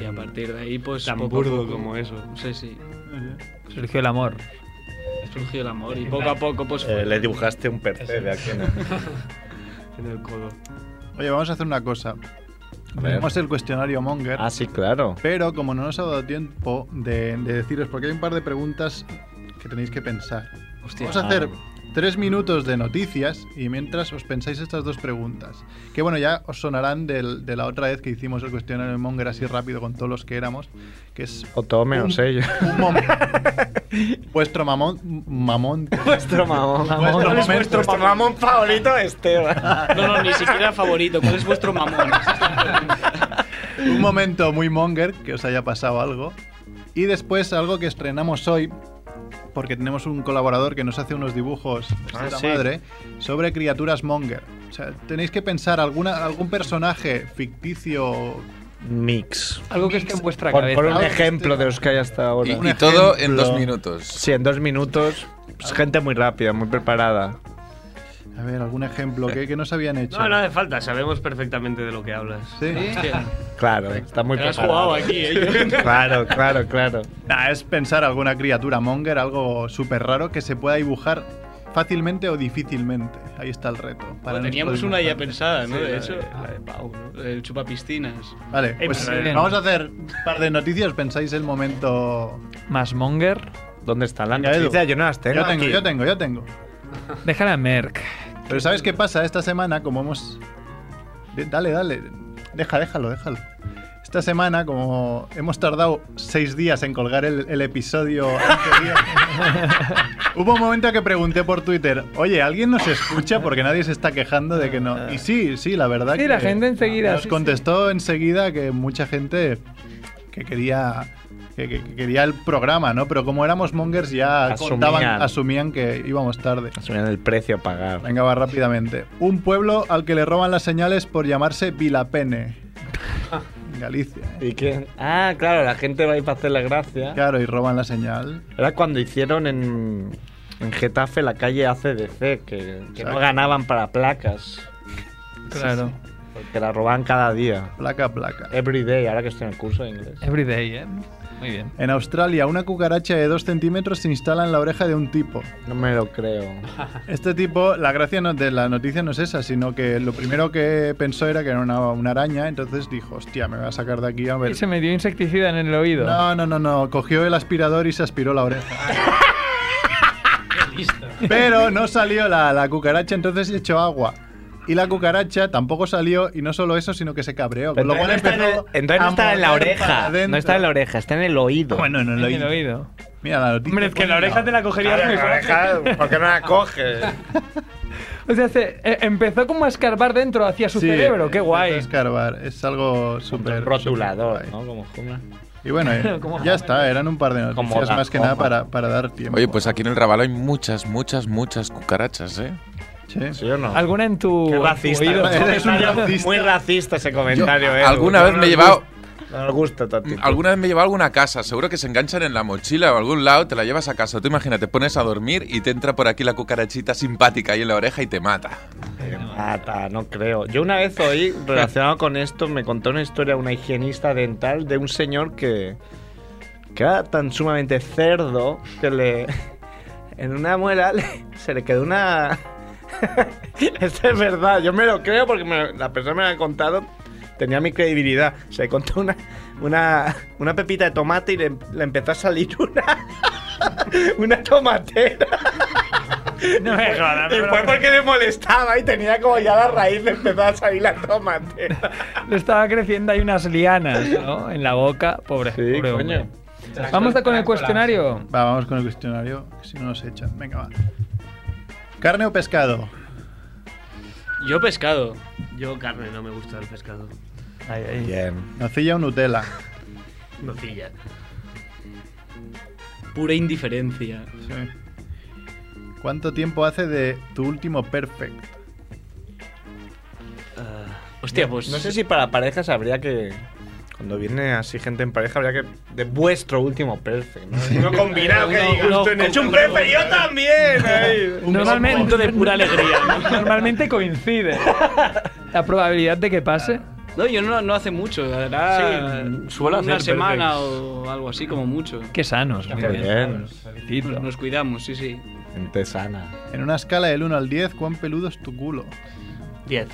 Speaker 7: Y a partir de ahí, pues.
Speaker 5: Tan
Speaker 7: poco a
Speaker 5: burdo
Speaker 7: poco,
Speaker 5: como eso.
Speaker 7: Sí, sí.
Speaker 1: Surgió el amor.
Speaker 7: Surgió el amor y poco a poco, pues.
Speaker 2: Eh,
Speaker 7: Fue.
Speaker 2: le dibujaste un percebe de aquí, ¿no?
Speaker 5: En el codo.
Speaker 3: Oye, vamos a hacer una cosa.
Speaker 2: ver.
Speaker 3: Tenemos el cuestionario Monger.
Speaker 2: Ah, sí, claro.
Speaker 3: Pero como no nos ha dado tiempo de, de deciros, porque hay un par de preguntas que tenéis que pensar.
Speaker 7: Hostia.
Speaker 3: Vamos a hacer
Speaker 2: Ah.
Speaker 3: tres minutos de noticias y mientras os pensáis estas dos preguntas. Que bueno, ya os sonarán del- de la otra vez que hicimos el cuestionario de Monger así rápido con todos los que éramos, que es
Speaker 2: O todo menos ellos.
Speaker 3: un momento. vuestro mamón. Mamón.
Speaker 2: Vuestro mamón.
Speaker 3: Vuestro
Speaker 2: es
Speaker 3: momento.
Speaker 2: vuestro mamón favorito de Esteban?
Speaker 7: Ah, No, no, ni siquiera favorito. ¿Cuál es vuestro mamón?
Speaker 3: un momento muy monger, que os haya pasado algo. Y después algo que estrenamos hoy, porque tenemos un colaborador que nos hace unos dibujos de
Speaker 2: Ah,
Speaker 3: puta
Speaker 2: sí.
Speaker 3: madre sobre criaturas monger. O sea, tenéis que pensar alguna, algún personaje ficticio.
Speaker 2: Mix.
Speaker 1: Algo que esté en vuestra
Speaker 2: Por,
Speaker 1: cabeza.
Speaker 2: por un e- ejemplo de los que hay hasta
Speaker 10: Y,
Speaker 2: ahora.
Speaker 10: y todo en
Speaker 3: ejemplo.
Speaker 10: dos minutos.
Speaker 2: Sí, en dos minutos. pues, gente muy rápida, muy preparada.
Speaker 3: A ver, algún ejemplo que, que nos habían hecho.
Speaker 5: No, no hace falta, sabemos perfectamente de lo que hablas.
Speaker 3: ¿Sí?
Speaker 7: Hostia,
Speaker 2: Claro, está muy
Speaker 7: te la has
Speaker 2: preparado.
Speaker 7: jugado aquí, ¿eh?
Speaker 2: Claro, claro, claro.
Speaker 3: Nah, Ah, es pensar alguna criatura monger, algo súper raro que se pueda dibujar fácilmente o difícilmente. Ahí está el reto. para
Speaker 7: Teníamos
Speaker 3: nuestro
Speaker 7: una ya
Speaker 3: dibujante.
Speaker 7: pensada, ¿no?
Speaker 5: Sí,
Speaker 7: de
Speaker 5: la
Speaker 7: hecho,
Speaker 5: de- la de Pau, ¿no?
Speaker 7: el chupapiscinas.
Speaker 3: Vale,
Speaker 5: Eh,
Speaker 3: pues
Speaker 5: pero, eh,
Speaker 3: vamos a hacer un par de noticias. Pensáis el momento.
Speaker 1: Más monger.
Speaker 2: ¿Dónde está la
Speaker 3: Venga, Edu.
Speaker 2: noticia? Yo no las tengo.
Speaker 3: Yo tengo,
Speaker 2: aquí.
Speaker 3: yo tengo, yo tengo.
Speaker 1: Déjala a Merck.
Speaker 3: Pero ¿sabes qué pasa? Esta semana, como hemos. de- Dale, dale. Deja, déjalo, déjalo. Esta semana, como hemos tardado seis días en colgar el, el episodio anterior, hubo un momento que pregunté por Twitter, oye, ¿alguien nos escucha? Porque nadie se está quejando de que no. Y sí, sí, la verdad
Speaker 1: Sí,
Speaker 3: que
Speaker 1: la gente enseguida,
Speaker 3: Nos
Speaker 1: sí,
Speaker 3: contestó enseguida que mucha gente que quería que, que- que quería el programa, ¿no? Pero como éramos mongers ya contaban,
Speaker 2: Asumían.
Speaker 3: asumían que íbamos tarde.
Speaker 2: Asumiendo el precio a pagar.
Speaker 3: Venga, va rápidamente. Un pueblo al que le roban las señales por llamarse Vilapene. En Galicia. ¿eh?
Speaker 2: ¿Y qué? Ah, claro, la gente va a ir para hacer la gracia.
Speaker 3: Claro, y roban la señal.
Speaker 2: Era cuando hicieron en, en Getafe la calle ACDC, que, que no
Speaker 3: Exacto.
Speaker 2: ganaban para placas,
Speaker 1: Claro.
Speaker 2: porque la robaban cada día.
Speaker 3: Placa, placa.
Speaker 2: Every day, ahora que estoy en el curso de inglés.
Speaker 3: Em-
Speaker 1: Everyday, ¿eh? Muy bien.
Speaker 3: En Australia, una cucaracha de 2 centímetros se instala en la oreja de un tipo.
Speaker 2: No me lo creo.
Speaker 3: Este tipo, la gracia no- de la noticia no es esa, sino que lo primero que pensó era que era una, una araña, entonces dijo, hostia, me voy a sacar de aquí a
Speaker 1: Y
Speaker 2: Pues-
Speaker 3: ver.
Speaker 1: se me dio insecticida en el oído.
Speaker 3: No, no, no, no. Cogió el aspirador y se aspiró la oreja. Pero no salió la, la cucaracha, entonces echó agua. Y la cucaracha tampoco salió, y no solo eso, sino que se cabreó. Con lo cual empezó a morder para adentro.
Speaker 2: oreja, está en el oído.
Speaker 3: Bueno, en
Speaker 1: En
Speaker 3: el
Speaker 1: el
Speaker 3: oído.
Speaker 1: oído.
Speaker 3: Mira la noticia.
Speaker 1: Hombre, es que la oreja te la cogerías muy fácil.
Speaker 2: ¿por qué no la coges?
Speaker 1: O sea, se, eh, empezó como a escarbar dentro hacia su
Speaker 3: Sí,
Speaker 1: cerebro. Qué
Speaker 3: empezó a
Speaker 1: guay.
Speaker 3: escarbar. Es algo súper.
Speaker 2: Rotulador, ¿eh?
Speaker 3: súper guay.
Speaker 2: ¿no? Como jungla.
Speaker 3: Y bueno, eh,
Speaker 1: Como
Speaker 3: ya está, eran un par de
Speaker 2: Como
Speaker 3: noticias
Speaker 2: la
Speaker 3: más que nada
Speaker 2: coma.
Speaker 3: para, para dar tiempo.
Speaker 10: Oye, pues aquí en el Raval hay muchas, muchas, muchas cucarachas, ¿eh?
Speaker 3: Sí.
Speaker 2: ¿Sí o no?
Speaker 1: ¿Alguna en tu,
Speaker 2: Qué
Speaker 1: en tu
Speaker 2: racista.
Speaker 1: oído?
Speaker 2: ¿no?
Speaker 3: Eres un
Speaker 2: Comentario
Speaker 3: racista.
Speaker 2: Muy racista ese comentario, eh.
Speaker 10: alguna vez
Speaker 2: No
Speaker 10: me
Speaker 2: nos
Speaker 10: he llevado-
Speaker 2: gusta- No nos gusta tanto.
Speaker 10: Alguna vez me he llevado a alguna casa, seguro que se enganchan en la mochila o algún lado, te la llevas a casa. Tú imagínate, pones a dormir y te entra por aquí la cucarachita simpática ahí en la oreja y te mata.
Speaker 2: Te mata, no creo. Yo una vez oí, relacionado con esto, me contó una historia una higienista dental de un señor que, que era tan sumamente cerdo que le en una muela le- se le quedó una... esto es verdad, yo me lo creo porque me- la persona me lo ha contado. tenía mi credibilidad. Se contó una, una, una pepita de tomate y le, le empezó a salir una, una tomatera.
Speaker 5: No me jodas,
Speaker 2: Y
Speaker 5: no,
Speaker 2: fue
Speaker 5: no.
Speaker 2: porque me molestaba y tenía como ya la raíz de empezar a salir la tomatera.
Speaker 1: Le estaba creciendo ahí unas lianas, ¿no? En la boca, pobre.
Speaker 2: Sí,
Speaker 1: pobre
Speaker 2: coño.
Speaker 1: hombre. Vamos con el cuestionario.
Speaker 3: Va, vamos con el cuestionario, que si no nos echan. Venga, va. ¿Carne o pescado?
Speaker 5: Yo pescado. Yo carne, no me gusta el pescado.
Speaker 1: Ahí, ahí.
Speaker 2: Bien.
Speaker 3: ¿Nocilla o Nutella?
Speaker 5: Nocilla.
Speaker 7: Pura indiferencia.
Speaker 3: Sí. ¿Cuánto tiempo hace de tu último perfect?
Speaker 7: Hostia, pues.
Speaker 2: No sé si para parejas habría que. Cuando viene así gente en pareja, habría que. De vuestro último perfect, ¿no? No combinado, que digas,
Speaker 5: no,
Speaker 2: "Tú en
Speaker 5: con-
Speaker 2: hecho un
Speaker 5: con-
Speaker 2: perfect, yo también. ahí.
Speaker 1: Normalmente-
Speaker 5: momento de pura alegría, ¿no?
Speaker 1: Normalmente coincide. La probabilidad de que pase.
Speaker 7: No, yo no, no hace mucho, hará
Speaker 5: Sí, suelo
Speaker 7: una
Speaker 5: hacer
Speaker 7: semana o algo así, como mucho.
Speaker 1: Qué sanos.
Speaker 2: Muy bien,
Speaker 1: Felicito.
Speaker 7: Nos, nos cuidamos, sí, sí.
Speaker 2: gente sana.
Speaker 3: En una escala del 1 al 10, ¿cuán peludo es tu culo?
Speaker 5: 10.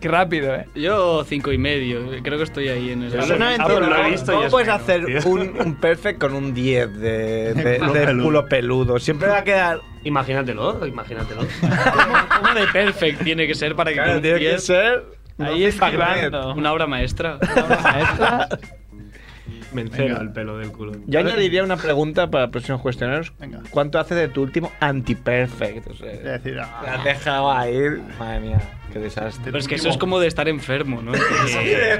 Speaker 1: Qué rápido, ¿eh?
Speaker 7: Yo cinco y medio, creo que estoy ahí en
Speaker 5: Yo lo he
Speaker 7: el...
Speaker 5: visto, lo he visto y
Speaker 2: ¿Cómo
Speaker 5: es
Speaker 2: puedes
Speaker 5: bueno,
Speaker 2: hacer
Speaker 5: tío.
Speaker 2: un, un perfect con un 10 de, de-
Speaker 3: Culo
Speaker 2: de
Speaker 3: peludo.
Speaker 2: culo peludo? Siempre va a quedar.
Speaker 5: Imagínatelo, imagínatelo.
Speaker 7: ¿Cómo de perfect tiene que ser para que
Speaker 2: tiene que
Speaker 7: confíes?
Speaker 2: ser.
Speaker 1: Ahí esquivando.
Speaker 7: Una obra maestra.
Speaker 1: Maestra.
Speaker 5: Me encero el pelo del culo.
Speaker 2: Yo añadiría una pregunta para próximos cuestionarios.
Speaker 3: Venga.
Speaker 2: ¿Cuánto hace de tu último anti-perfect? O sea,
Speaker 3: Es decir, ah,
Speaker 2: Te has dejado ahí. Madre mía, qué desastre.
Speaker 7: Pero es que eso es como de estar enfermo, ¿no? Es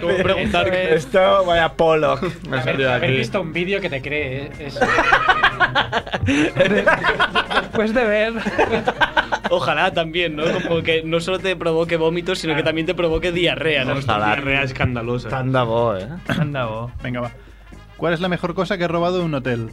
Speaker 7: como preguntar qué es.
Speaker 2: Esto, vaya polo. Me ha salido
Speaker 9: Haber
Speaker 2: aquí.
Speaker 9: visto un vídeo que te cree ¿eh? es,
Speaker 1: Después de ver.
Speaker 7: Ojalá también, ¿no? Como que no solo te provoque vómitos, sino que también te provoque diarrea, ¿no?
Speaker 2: Ojalá.
Speaker 5: Diarrea escandalosa.
Speaker 2: Tanda bo, eh.
Speaker 1: Anda vos.
Speaker 3: Venga, va. ¿Cuál es la mejor cosa que he robado de un hotel?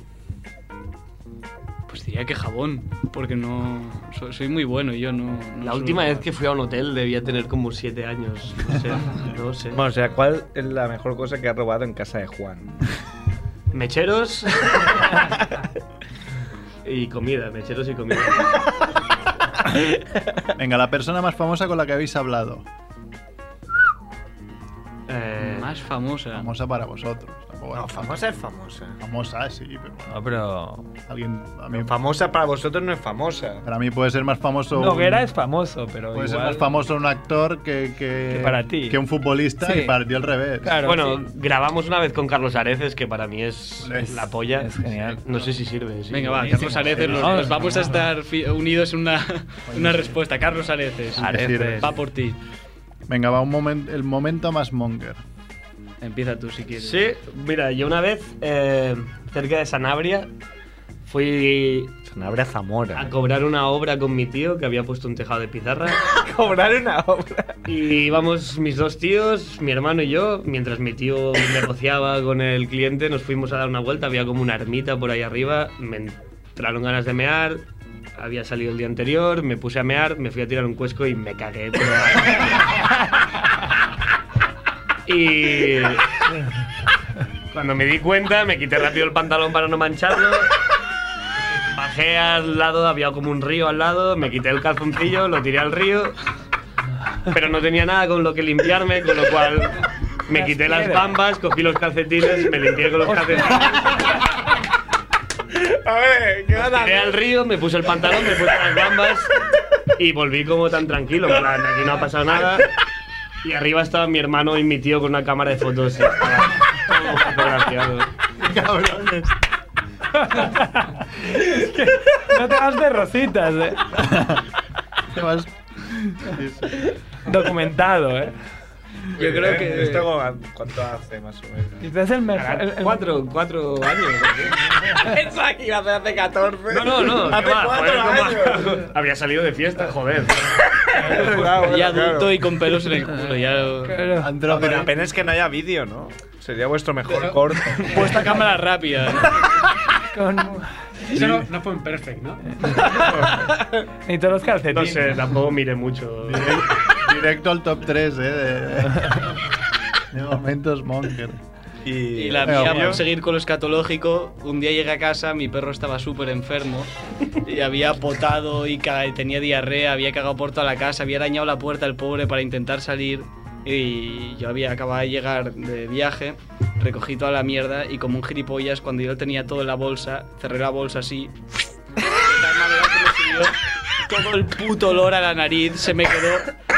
Speaker 7: Pues diría que jabón, porque no... so- Soy muy bueno y yo no... no
Speaker 5: La
Speaker 7: soy-
Speaker 5: última vez que fui a un hotel debía tener como 7 años. No sé, no sé.
Speaker 2: Bueno, o sea, ¿cuál es la mejor cosa que has robado en casa de Juan?
Speaker 5: Mecheros. y comida, mecheros y comida.
Speaker 3: Venga, la persona más famosa con la que habéis hablado.
Speaker 5: Eh,
Speaker 7: Más famosa.
Speaker 3: Famosa para vosotros. Tampoco-
Speaker 2: famosa es famosa.
Speaker 3: famosa, sí, pero bueno,
Speaker 1: No, pero.
Speaker 3: alguien. A mí,
Speaker 2: Famosa para vosotros no es famosa.
Speaker 3: para mí puede ser más famoso.
Speaker 1: Noguera
Speaker 3: un-
Speaker 1: es famoso, pero.
Speaker 3: Puede ser
Speaker 1: igual-
Speaker 3: más famoso un actor que, que,
Speaker 1: Que para ti.
Speaker 3: que un futbolista
Speaker 1: Sí.
Speaker 3: y para ti al revés.
Speaker 1: Claro,
Speaker 5: bueno,
Speaker 1: sí.
Speaker 5: grabamos una vez con Carlos Areces, que para mí es,
Speaker 3: Es-
Speaker 5: la polla.
Speaker 1: es genial.
Speaker 5: No sé si sirve. sí.
Speaker 7: Venga, va, Carlos Areces, nos,
Speaker 1: Vamos,
Speaker 7: nos vamos a estar fi- unidos en una, una respuesta. Carlos Areces.
Speaker 3: Areces.
Speaker 7: Va por ti.
Speaker 3: Venga, va un momento el momento más monger.
Speaker 7: Empieza tú si quieres.
Speaker 5: Sí, mira, yo una vez, eh, cerca de Sanabria, fui
Speaker 2: Sanabria Zamora.
Speaker 5: a cobrar una obra con mi tío, que había puesto un tejado de pizarra.
Speaker 2: cobrar una obra.
Speaker 5: Y íbamos mis dos tíos, mi hermano y yo, mientras mi tío negociaba con el cliente, nos fuimos a dar una vuelta, había como una ermita por ahí arriba, me entraron ganas de mear, había salido el día anterior, me puse a mear, me fui a tirar un cuesco y me cagué. pero- y cuando me di cuenta, me quité rápido el pantalón para no mancharlo. Bajé al lado, había como un río al lado, me quité el calzoncillo, lo tiré al río, pero no tenía nada con lo que limpiarme, con lo cual me quité las bambas, cogí los calcetines, me limpié con los calcetines,
Speaker 2: A ver, ¿qué van a
Speaker 5: tiré al río, me puse el pantalón, me puse las bambas y volví como tan tranquilo, en plan, aquí no ha pasado nada. Y arriba estaba mi hermano y mi tío con una cámara de fotos. y estaba todo fotografiado.
Speaker 3: Cabrones.
Speaker 1: No te vas de rositas, ¿eh?
Speaker 3: Te vas- Sí, sí.
Speaker 1: Documentado, ¿eh?
Speaker 7: Yo creo que.
Speaker 2: ¿Esto cómo- cuánto hace más o menos?
Speaker 1: Quizás es el mejor. el- el-
Speaker 7: Cuatro, cuatro años.
Speaker 2: Pensaba que iba a hacer hace 14.
Speaker 5: No, no, no.
Speaker 2: Hace
Speaker 5: ¿qué va?
Speaker 2: cuatro
Speaker 5: Joder, ¿qué va?
Speaker 2: años.
Speaker 5: Había salido de fiesta, joder.
Speaker 7: ya adulto y con pelos en el culo. Ya...
Speaker 1: Claro.
Speaker 3: Andrógeno.
Speaker 2: Pero apenas es que no haya vídeo, ¿no? Sería vuestro mejor corto.
Speaker 7: Puesta cámara rápida.
Speaker 1: Con...
Speaker 9: Eso no, no fue un perfect, ¿no?
Speaker 1: Ni todos los
Speaker 5: No
Speaker 1: calcetines.
Speaker 5: sé, tampoco miré mucho.
Speaker 3: Directo al top 3, eh. De, de momentos monger.
Speaker 2: Y,
Speaker 7: Y la
Speaker 3: Venga,
Speaker 7: mía,
Speaker 3: bueno.
Speaker 7: por seguir con lo escatológico, un día llegué a casa, mi perro estaba súper enfermo y había potado y ca- tenía diarrea, había cagado por toda la casa, había arañado la puerta el pobre para intentar salir. y yo había acabado de llegar de viaje, recogí toda la mierda y como un gilipollas, cuando yo lo tenía todo en la bolsa, cerré la bolsa así. de tal manera que me subió todo el puto olor a la nariz se me quedó atascado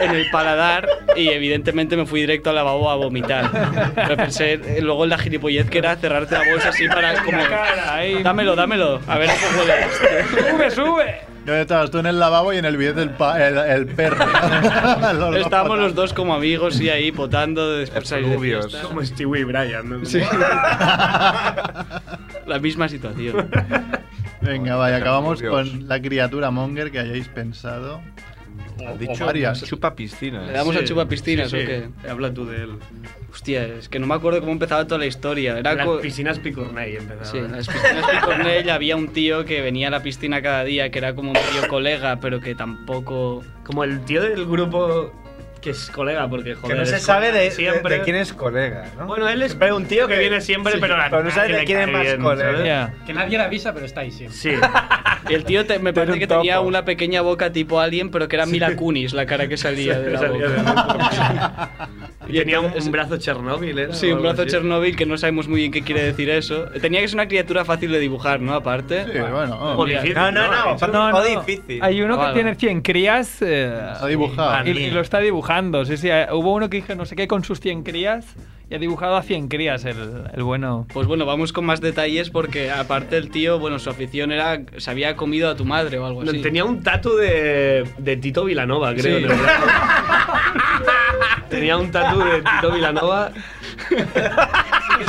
Speaker 7: en el paladar y evidentemente me fui directo al lavabo a vomitar. Pero pensé eh, luego en la gilipollez que era cerrarte la bolsa así para como... Dámelo, dámelo. A ver cómo huele.
Speaker 1: ¡Sube, sube!
Speaker 3: Yo estabas tú en el lavabo y en el billete del pa- el, el perro. Los dos
Speaker 7: Estábamos los dos como amigos y ahí potando de después salir de
Speaker 2: Efluvios.
Speaker 7: fiesta.
Speaker 5: Como Stewie y Brian, ¿no?
Speaker 7: Sí. La misma situación.
Speaker 3: Venga, vaya, acabamos
Speaker 2: Dios.
Speaker 3: con la criatura monger que hayáis pensado. O,
Speaker 2: Has
Speaker 3: o
Speaker 2: dicho
Speaker 3: varias.
Speaker 2: chupa
Speaker 7: ¿Le
Speaker 2: piscinas.
Speaker 7: damos
Speaker 5: Sí,
Speaker 7: a chupapiscinas
Speaker 5: sí, sí.
Speaker 7: o
Speaker 5: Habla tú de él.
Speaker 7: qué? Hostia, es que no me acuerdo cómo empezaba toda la historia. Era
Speaker 5: Las
Speaker 7: co-
Speaker 5: piscinas Picornell empezaba.
Speaker 7: Sí, en las piscinas Picornell había un tío que venía a la piscina cada día, que era como medio colega, pero que tampoco...
Speaker 5: Como el tío del grupo que es colega, porque joder.
Speaker 11: Que no se
Speaker 5: es
Speaker 11: sabe
Speaker 5: colega
Speaker 11: de, de-
Speaker 5: siempre.
Speaker 11: de quién es colega, ¿no?
Speaker 5: Bueno, él es
Speaker 11: Siempre hay un tío
Speaker 5: que viene siempre, pero la-
Speaker 11: no sabes
Speaker 5: que
Speaker 11: de
Speaker 5: le
Speaker 11: quién es
Speaker 5: cae
Speaker 11: más
Speaker 5: bien,
Speaker 11: colega. ¿eh?
Speaker 5: ¿sabes?
Speaker 1: Ya.
Speaker 9: Que nadie la avisa, pero está ahí siempre.
Speaker 5: Sí.
Speaker 7: Y el tío te- me parece
Speaker 2: un
Speaker 7: que tenía
Speaker 2: topo.
Speaker 7: una pequeña boca tipo alien, pero que era Mila Kunis la cara que salía de la
Speaker 5: Salía de
Speaker 7: boca.
Speaker 5: la boca. y tenía un,
Speaker 7: entonces-
Speaker 5: un brazo Chernóbil, ¿era?
Speaker 7: Sí,
Speaker 5: O
Speaker 7: un
Speaker 5: algo
Speaker 7: brazo
Speaker 5: así.
Speaker 7: Chernobyl que no sabemos muy bien qué quiere decir eso. Tenía que ser una criatura fácil de dibujar, ¿no? Aparte.
Speaker 3: Sí, bueno. oh.
Speaker 5: O difícil,
Speaker 11: No, no, no.
Speaker 5: Eso-
Speaker 11: no, O difícil.
Speaker 1: Hay uno
Speaker 7: Ah,
Speaker 1: que
Speaker 7: vale.
Speaker 1: tiene 100 crías. eh,
Speaker 3: Ha dibujado.
Speaker 1: y, y lo está dibujando. Sí, sí. eh, Hubo uno que dijo no sé qué con sus 100 crías y ha dibujado a 100 crías el, el bueno.
Speaker 7: Pues bueno, vamos con más detalles porque aparte el tío, bueno, su afición era se había comido a tu madre o algo
Speaker 5: No,
Speaker 7: así.
Speaker 5: Tenía un tatu de, de Tito Vilanova, creo.
Speaker 7: Sí.
Speaker 5: en el brazo. tenía un tatu de Tito Vilanova.
Speaker 7: que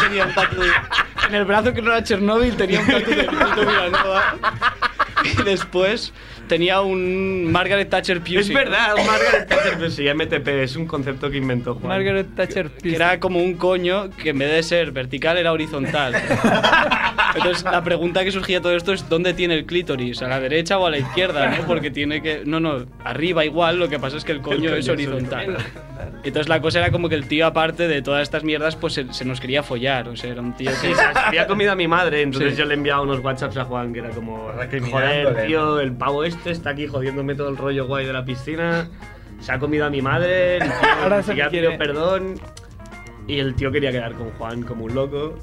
Speaker 7: tenía un tatu de- en el brazo que no era Chernobyl tenía un tatu de Tito Vilanova. Y después tenía un Margaret Thatcher Pusey.
Speaker 5: Es verdad, Margaret Thatcher Pusey, MTP, es un concepto que inventó Juan.
Speaker 1: Margaret Thatcher
Speaker 7: Que era como un coño que en vez de ser vertical era horizontal. Entonces la pregunta que surgía de todo esto es ¿dónde tiene el clítoris? ¿A la derecha o a la izquierda? ¿no? Porque tiene que... No, no, arriba igual, lo que pasa es que el coño,
Speaker 5: coño
Speaker 7: es
Speaker 5: es
Speaker 7: horizontal. Entonces la cosa era como que el tío aparte de todas estas mierdas pues se, se nos quería follar. O sea, era un tío que...
Speaker 5: Sí, se había comido a mi madre, entonces
Speaker 7: Sí.
Speaker 5: yo le enviaba unos WhatsApps a Juan que era como, joder,
Speaker 11: Recriminándole,
Speaker 5: tío, el pavo este está aquí jodiéndome todo el rollo guay de la piscina, se ha comido a mi madre, el tío,
Speaker 1: Ahora
Speaker 5: ni
Speaker 1: se
Speaker 5: siquiera
Speaker 1: quiere-
Speaker 5: pidió perdón, y el tío quería quedar con Juan como un loco.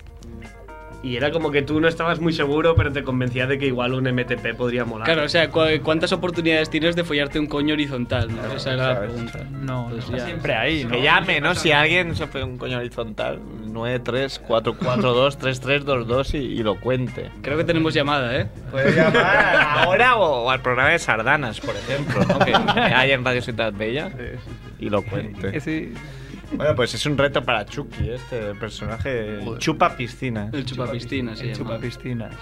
Speaker 5: Y era como que tú no estabas muy seguro, pero te convencías de que igual un MTP podría molar.
Speaker 7: Claro, o sea, cu- ¿cuántas oportunidades tienes de follarte un coño horizontal? no? Esa era la
Speaker 11: ¿sabes?
Speaker 7: pregunta.
Speaker 1: No, no,
Speaker 7: Pues ya.
Speaker 1: siempre ahí, ¿no?
Speaker 11: Que llame, ¿no? Si alguien se fue un coño horizontal, 934423322 y, y lo cuente.
Speaker 7: Creo que tenemos llamada, ¿eh?
Speaker 11: Puede llamar ahora o, o al programa de Sardanas, por ejemplo, ¿no? que, que hay en Radio Ciudad Bella y lo
Speaker 1: Que
Speaker 11: cuente.
Speaker 1: sí.
Speaker 2: Bueno, pues es un reto para Chucky, este personaje.
Speaker 3: Joder.
Speaker 2: Chupa piscinas.
Speaker 7: El chupapistina se
Speaker 1: El
Speaker 7: llama.
Speaker 1: chupapiscinas.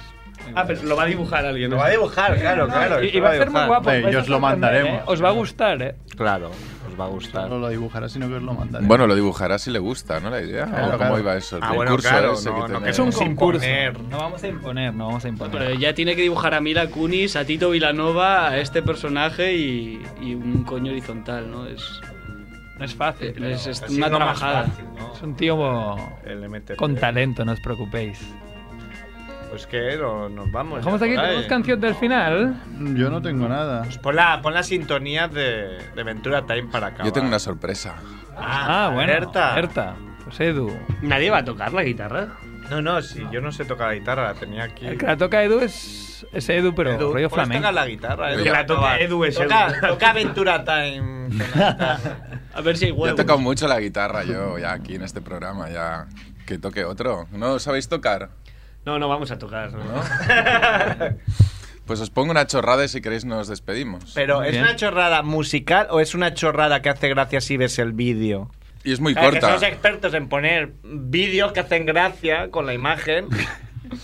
Speaker 5: Ah, pero lo va a dibujar alguien.
Speaker 11: Lo va a dibujar, claro, claro.
Speaker 1: Y,
Speaker 11: eso
Speaker 1: y va a ser muy
Speaker 11: dibujar.
Speaker 1: guapo.
Speaker 3: Sí,
Speaker 1: vais
Speaker 3: y
Speaker 1: a
Speaker 3: os lo
Speaker 1: sorprender,
Speaker 3: mandaremos.
Speaker 1: ¿eh? Os va a gustar, ¿eh?
Speaker 2: Claro, os va a gustar.
Speaker 3: No lo dibujará, sino que os lo mandaré.
Speaker 10: Bueno, lo dibujará si le gusta, ¿no? La idea. ¿O
Speaker 3: Claro,
Speaker 10: ¿Cómo
Speaker 3: claro.
Speaker 10: iba eso? El
Speaker 11: Ah, bueno,
Speaker 10: concurso
Speaker 11: claro,
Speaker 10: ese
Speaker 11: no, no,
Speaker 10: que
Speaker 11: que
Speaker 10: tenía.
Speaker 11: es un Sin concurso. poner.
Speaker 1: No vamos a imponer, no vamos a
Speaker 7: Pero
Speaker 1: imponer.
Speaker 7: ya tiene que dibujar a Mila Kunis, a Tito Vilanova, a este personaje y, y un coño horizontal, ¿no? Es,
Speaker 1: No es fácil. pero
Speaker 7: es, es
Speaker 11: Así
Speaker 7: una
Speaker 11: es lo más
Speaker 7: trabajada.
Speaker 11: fácil, ¿no?
Speaker 1: Es un tío bo-
Speaker 2: El MTP.
Speaker 1: con talento, no os preocupéis.
Speaker 2: Pues que no- nos vamos.
Speaker 1: Dejamos
Speaker 2: Pues ya ¿eh?
Speaker 1: aquí,
Speaker 2: por ahí.
Speaker 1: tenemos canción del final.
Speaker 3: Yo no tengo nada.
Speaker 2: Pues pon la, pon la sintonía de, de Ventura Time para acá.
Speaker 10: Yo tengo una sorpresa.
Speaker 1: Ah, bueno.
Speaker 2: Berta.
Speaker 1: Berta. Pues Edu.
Speaker 5: Nadie va a tocar la guitarra.
Speaker 2: No, no, si yo no sé tocar la guitarra, la tenía aquí.
Speaker 1: El que la toca Edu es, es Edu, pero
Speaker 2: Edu,
Speaker 1: Ah, rollo
Speaker 2: ¿puedes
Speaker 1: flamenco.
Speaker 2: tocar la guitarra, Edu.
Speaker 10: Que la
Speaker 5: toque
Speaker 2: Toca-
Speaker 5: Edu, es
Speaker 2: toca,
Speaker 5: Edu.
Speaker 2: toca Ventura Time.
Speaker 7: A ver si hay
Speaker 10: Yo he
Speaker 7: huevos.
Speaker 10: tocado mucho la guitarra yo ya aquí en este programa, ya. Que toque otro. ¿No sabéis tocar?
Speaker 5: No, no vamos a tocar, ¿no?
Speaker 10: ¿No? Pues os pongo una chorrada y si queréis nos despedimos.
Speaker 2: Pero,
Speaker 1: Muy
Speaker 2: ¿es
Speaker 1: bien.
Speaker 2: una chorrada musical o es una chorrada que hace gracia si ves el vídeo?
Speaker 10: Y es muy
Speaker 11: Claro, que
Speaker 10: corta.
Speaker 11: somos expertos en poner vídeos que hacen gracia con la imagen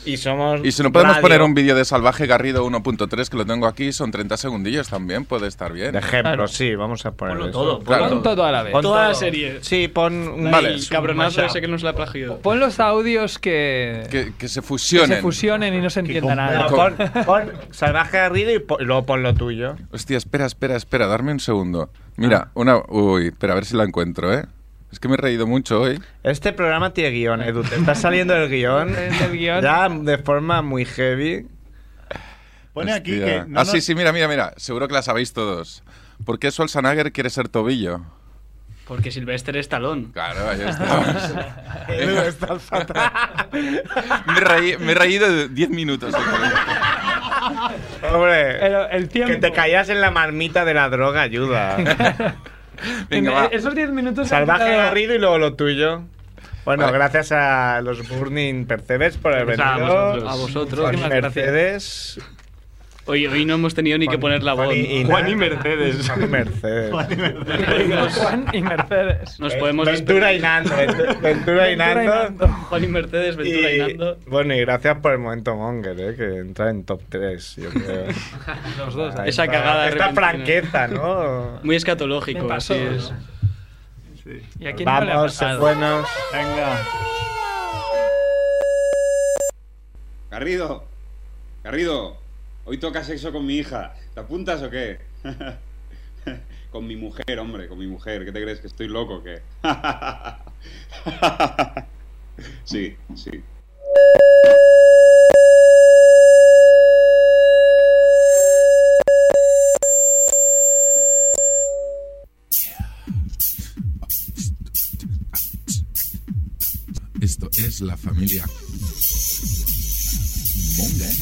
Speaker 11: y somos.
Speaker 10: Y si no podemos
Speaker 11: radio.
Speaker 10: poner un vídeo de Salvaje Garrido 1.3 que lo tengo aquí, son 30 segundillos también, puede estar bien.
Speaker 2: De ejemplo,
Speaker 1: Claro.
Speaker 2: sí, vamos a ponerlo.
Speaker 5: Ponlo todo,
Speaker 10: Claro.
Speaker 1: Pon todo a la vez.
Speaker 2: Pon
Speaker 7: Toda la
Speaker 2: todo.
Speaker 7: serie.
Speaker 2: Sí, pon un
Speaker 10: Vale.
Speaker 7: El
Speaker 2: un
Speaker 7: cabronazo
Speaker 2: mashup.
Speaker 7: ese que nos la ha plagiado.
Speaker 1: Pon los audios que,
Speaker 10: Que, que se
Speaker 1: que
Speaker 10: fusionen.
Speaker 1: se fusionen y no se entienda nada.
Speaker 11: No,
Speaker 10: con-
Speaker 11: pon, pon salvaje Garrido y, po- y luego pon lo tuyo.
Speaker 10: Hostia, espera, espera, espera, darme un segundo.
Speaker 1: Ah.
Speaker 10: Mira, una... Uy, espera, a ver si la encuentro, ¿eh? Es que me he reído mucho hoy.
Speaker 2: Este programa tiene guión, Edu. Te está saliendo el guión.
Speaker 1: El guión.
Speaker 2: Ya de forma muy heavy.
Speaker 3: Pone aquí
Speaker 10: Hostia.
Speaker 3: que. no
Speaker 10: ah, sí,
Speaker 3: nos-
Speaker 10: sí, mira, mira, mira. Seguro que la sabéis todos. ¿Por qué Schwarzenegger quiere ser tobillo?
Speaker 7: Porque Sylvester Stallone.
Speaker 10: Claro, ahí estamos.
Speaker 12: Edu está al fatal.
Speaker 10: me, he reí- me he reído de 10 minutos.
Speaker 2: Hombre,
Speaker 1: el, tiempo.
Speaker 2: que te callas en la marmita de la droga ayuda.
Speaker 1: En- Esos 10 minutos. se han
Speaker 2: Salvaje
Speaker 1: quitado-
Speaker 2: Garrido y luego lo tuyo. Bueno, gracias a los Burning Percebes por haber
Speaker 7: Gracias a
Speaker 2: venido.
Speaker 7: vosotros. A vosotros.
Speaker 2: Juan
Speaker 7: Muchísimas gracias.
Speaker 2: Mercedes.
Speaker 7: Hoy, hoy no hemos tenido ni que poner la voz.
Speaker 2: y Juan y Mercedes. Juan y Mercedes.
Speaker 1: Juan y Mercedes.
Speaker 7: Nos podemos
Speaker 2: Ventura y Nando. Ventura, Ventura y
Speaker 1: Ventura y
Speaker 5: eh.
Speaker 2: Nando.
Speaker 7: Juan y Mercedes, Ventura y,
Speaker 2: Y-
Speaker 7: Nando.
Speaker 2: Bueno, y gracias por el momento Monger, eh, que entra en top 3, yo creo.
Speaker 1: Los dos.
Speaker 2: Ah,
Speaker 7: Esa
Speaker 2: esta-
Speaker 7: cagada
Speaker 2: Esta
Speaker 7: repentina.
Speaker 2: franqueza, ¿no?
Speaker 7: Muy escatológico,
Speaker 1: Me pasó.
Speaker 7: así es.
Speaker 1: ¿Y a quién no le ha
Speaker 2: Vamos,
Speaker 1: pasado?
Speaker 2: buenos.
Speaker 13: Venga.
Speaker 8: Garrido, Garrido, hoy toca sexo con mi hija. ¿Te apuntas o qué? con mi mujer, hombre, con mi mujer. ¿Qué te crees? ¿Que estoy loco o qué? sí, sí.
Speaker 14: Esto es la familia. Monger.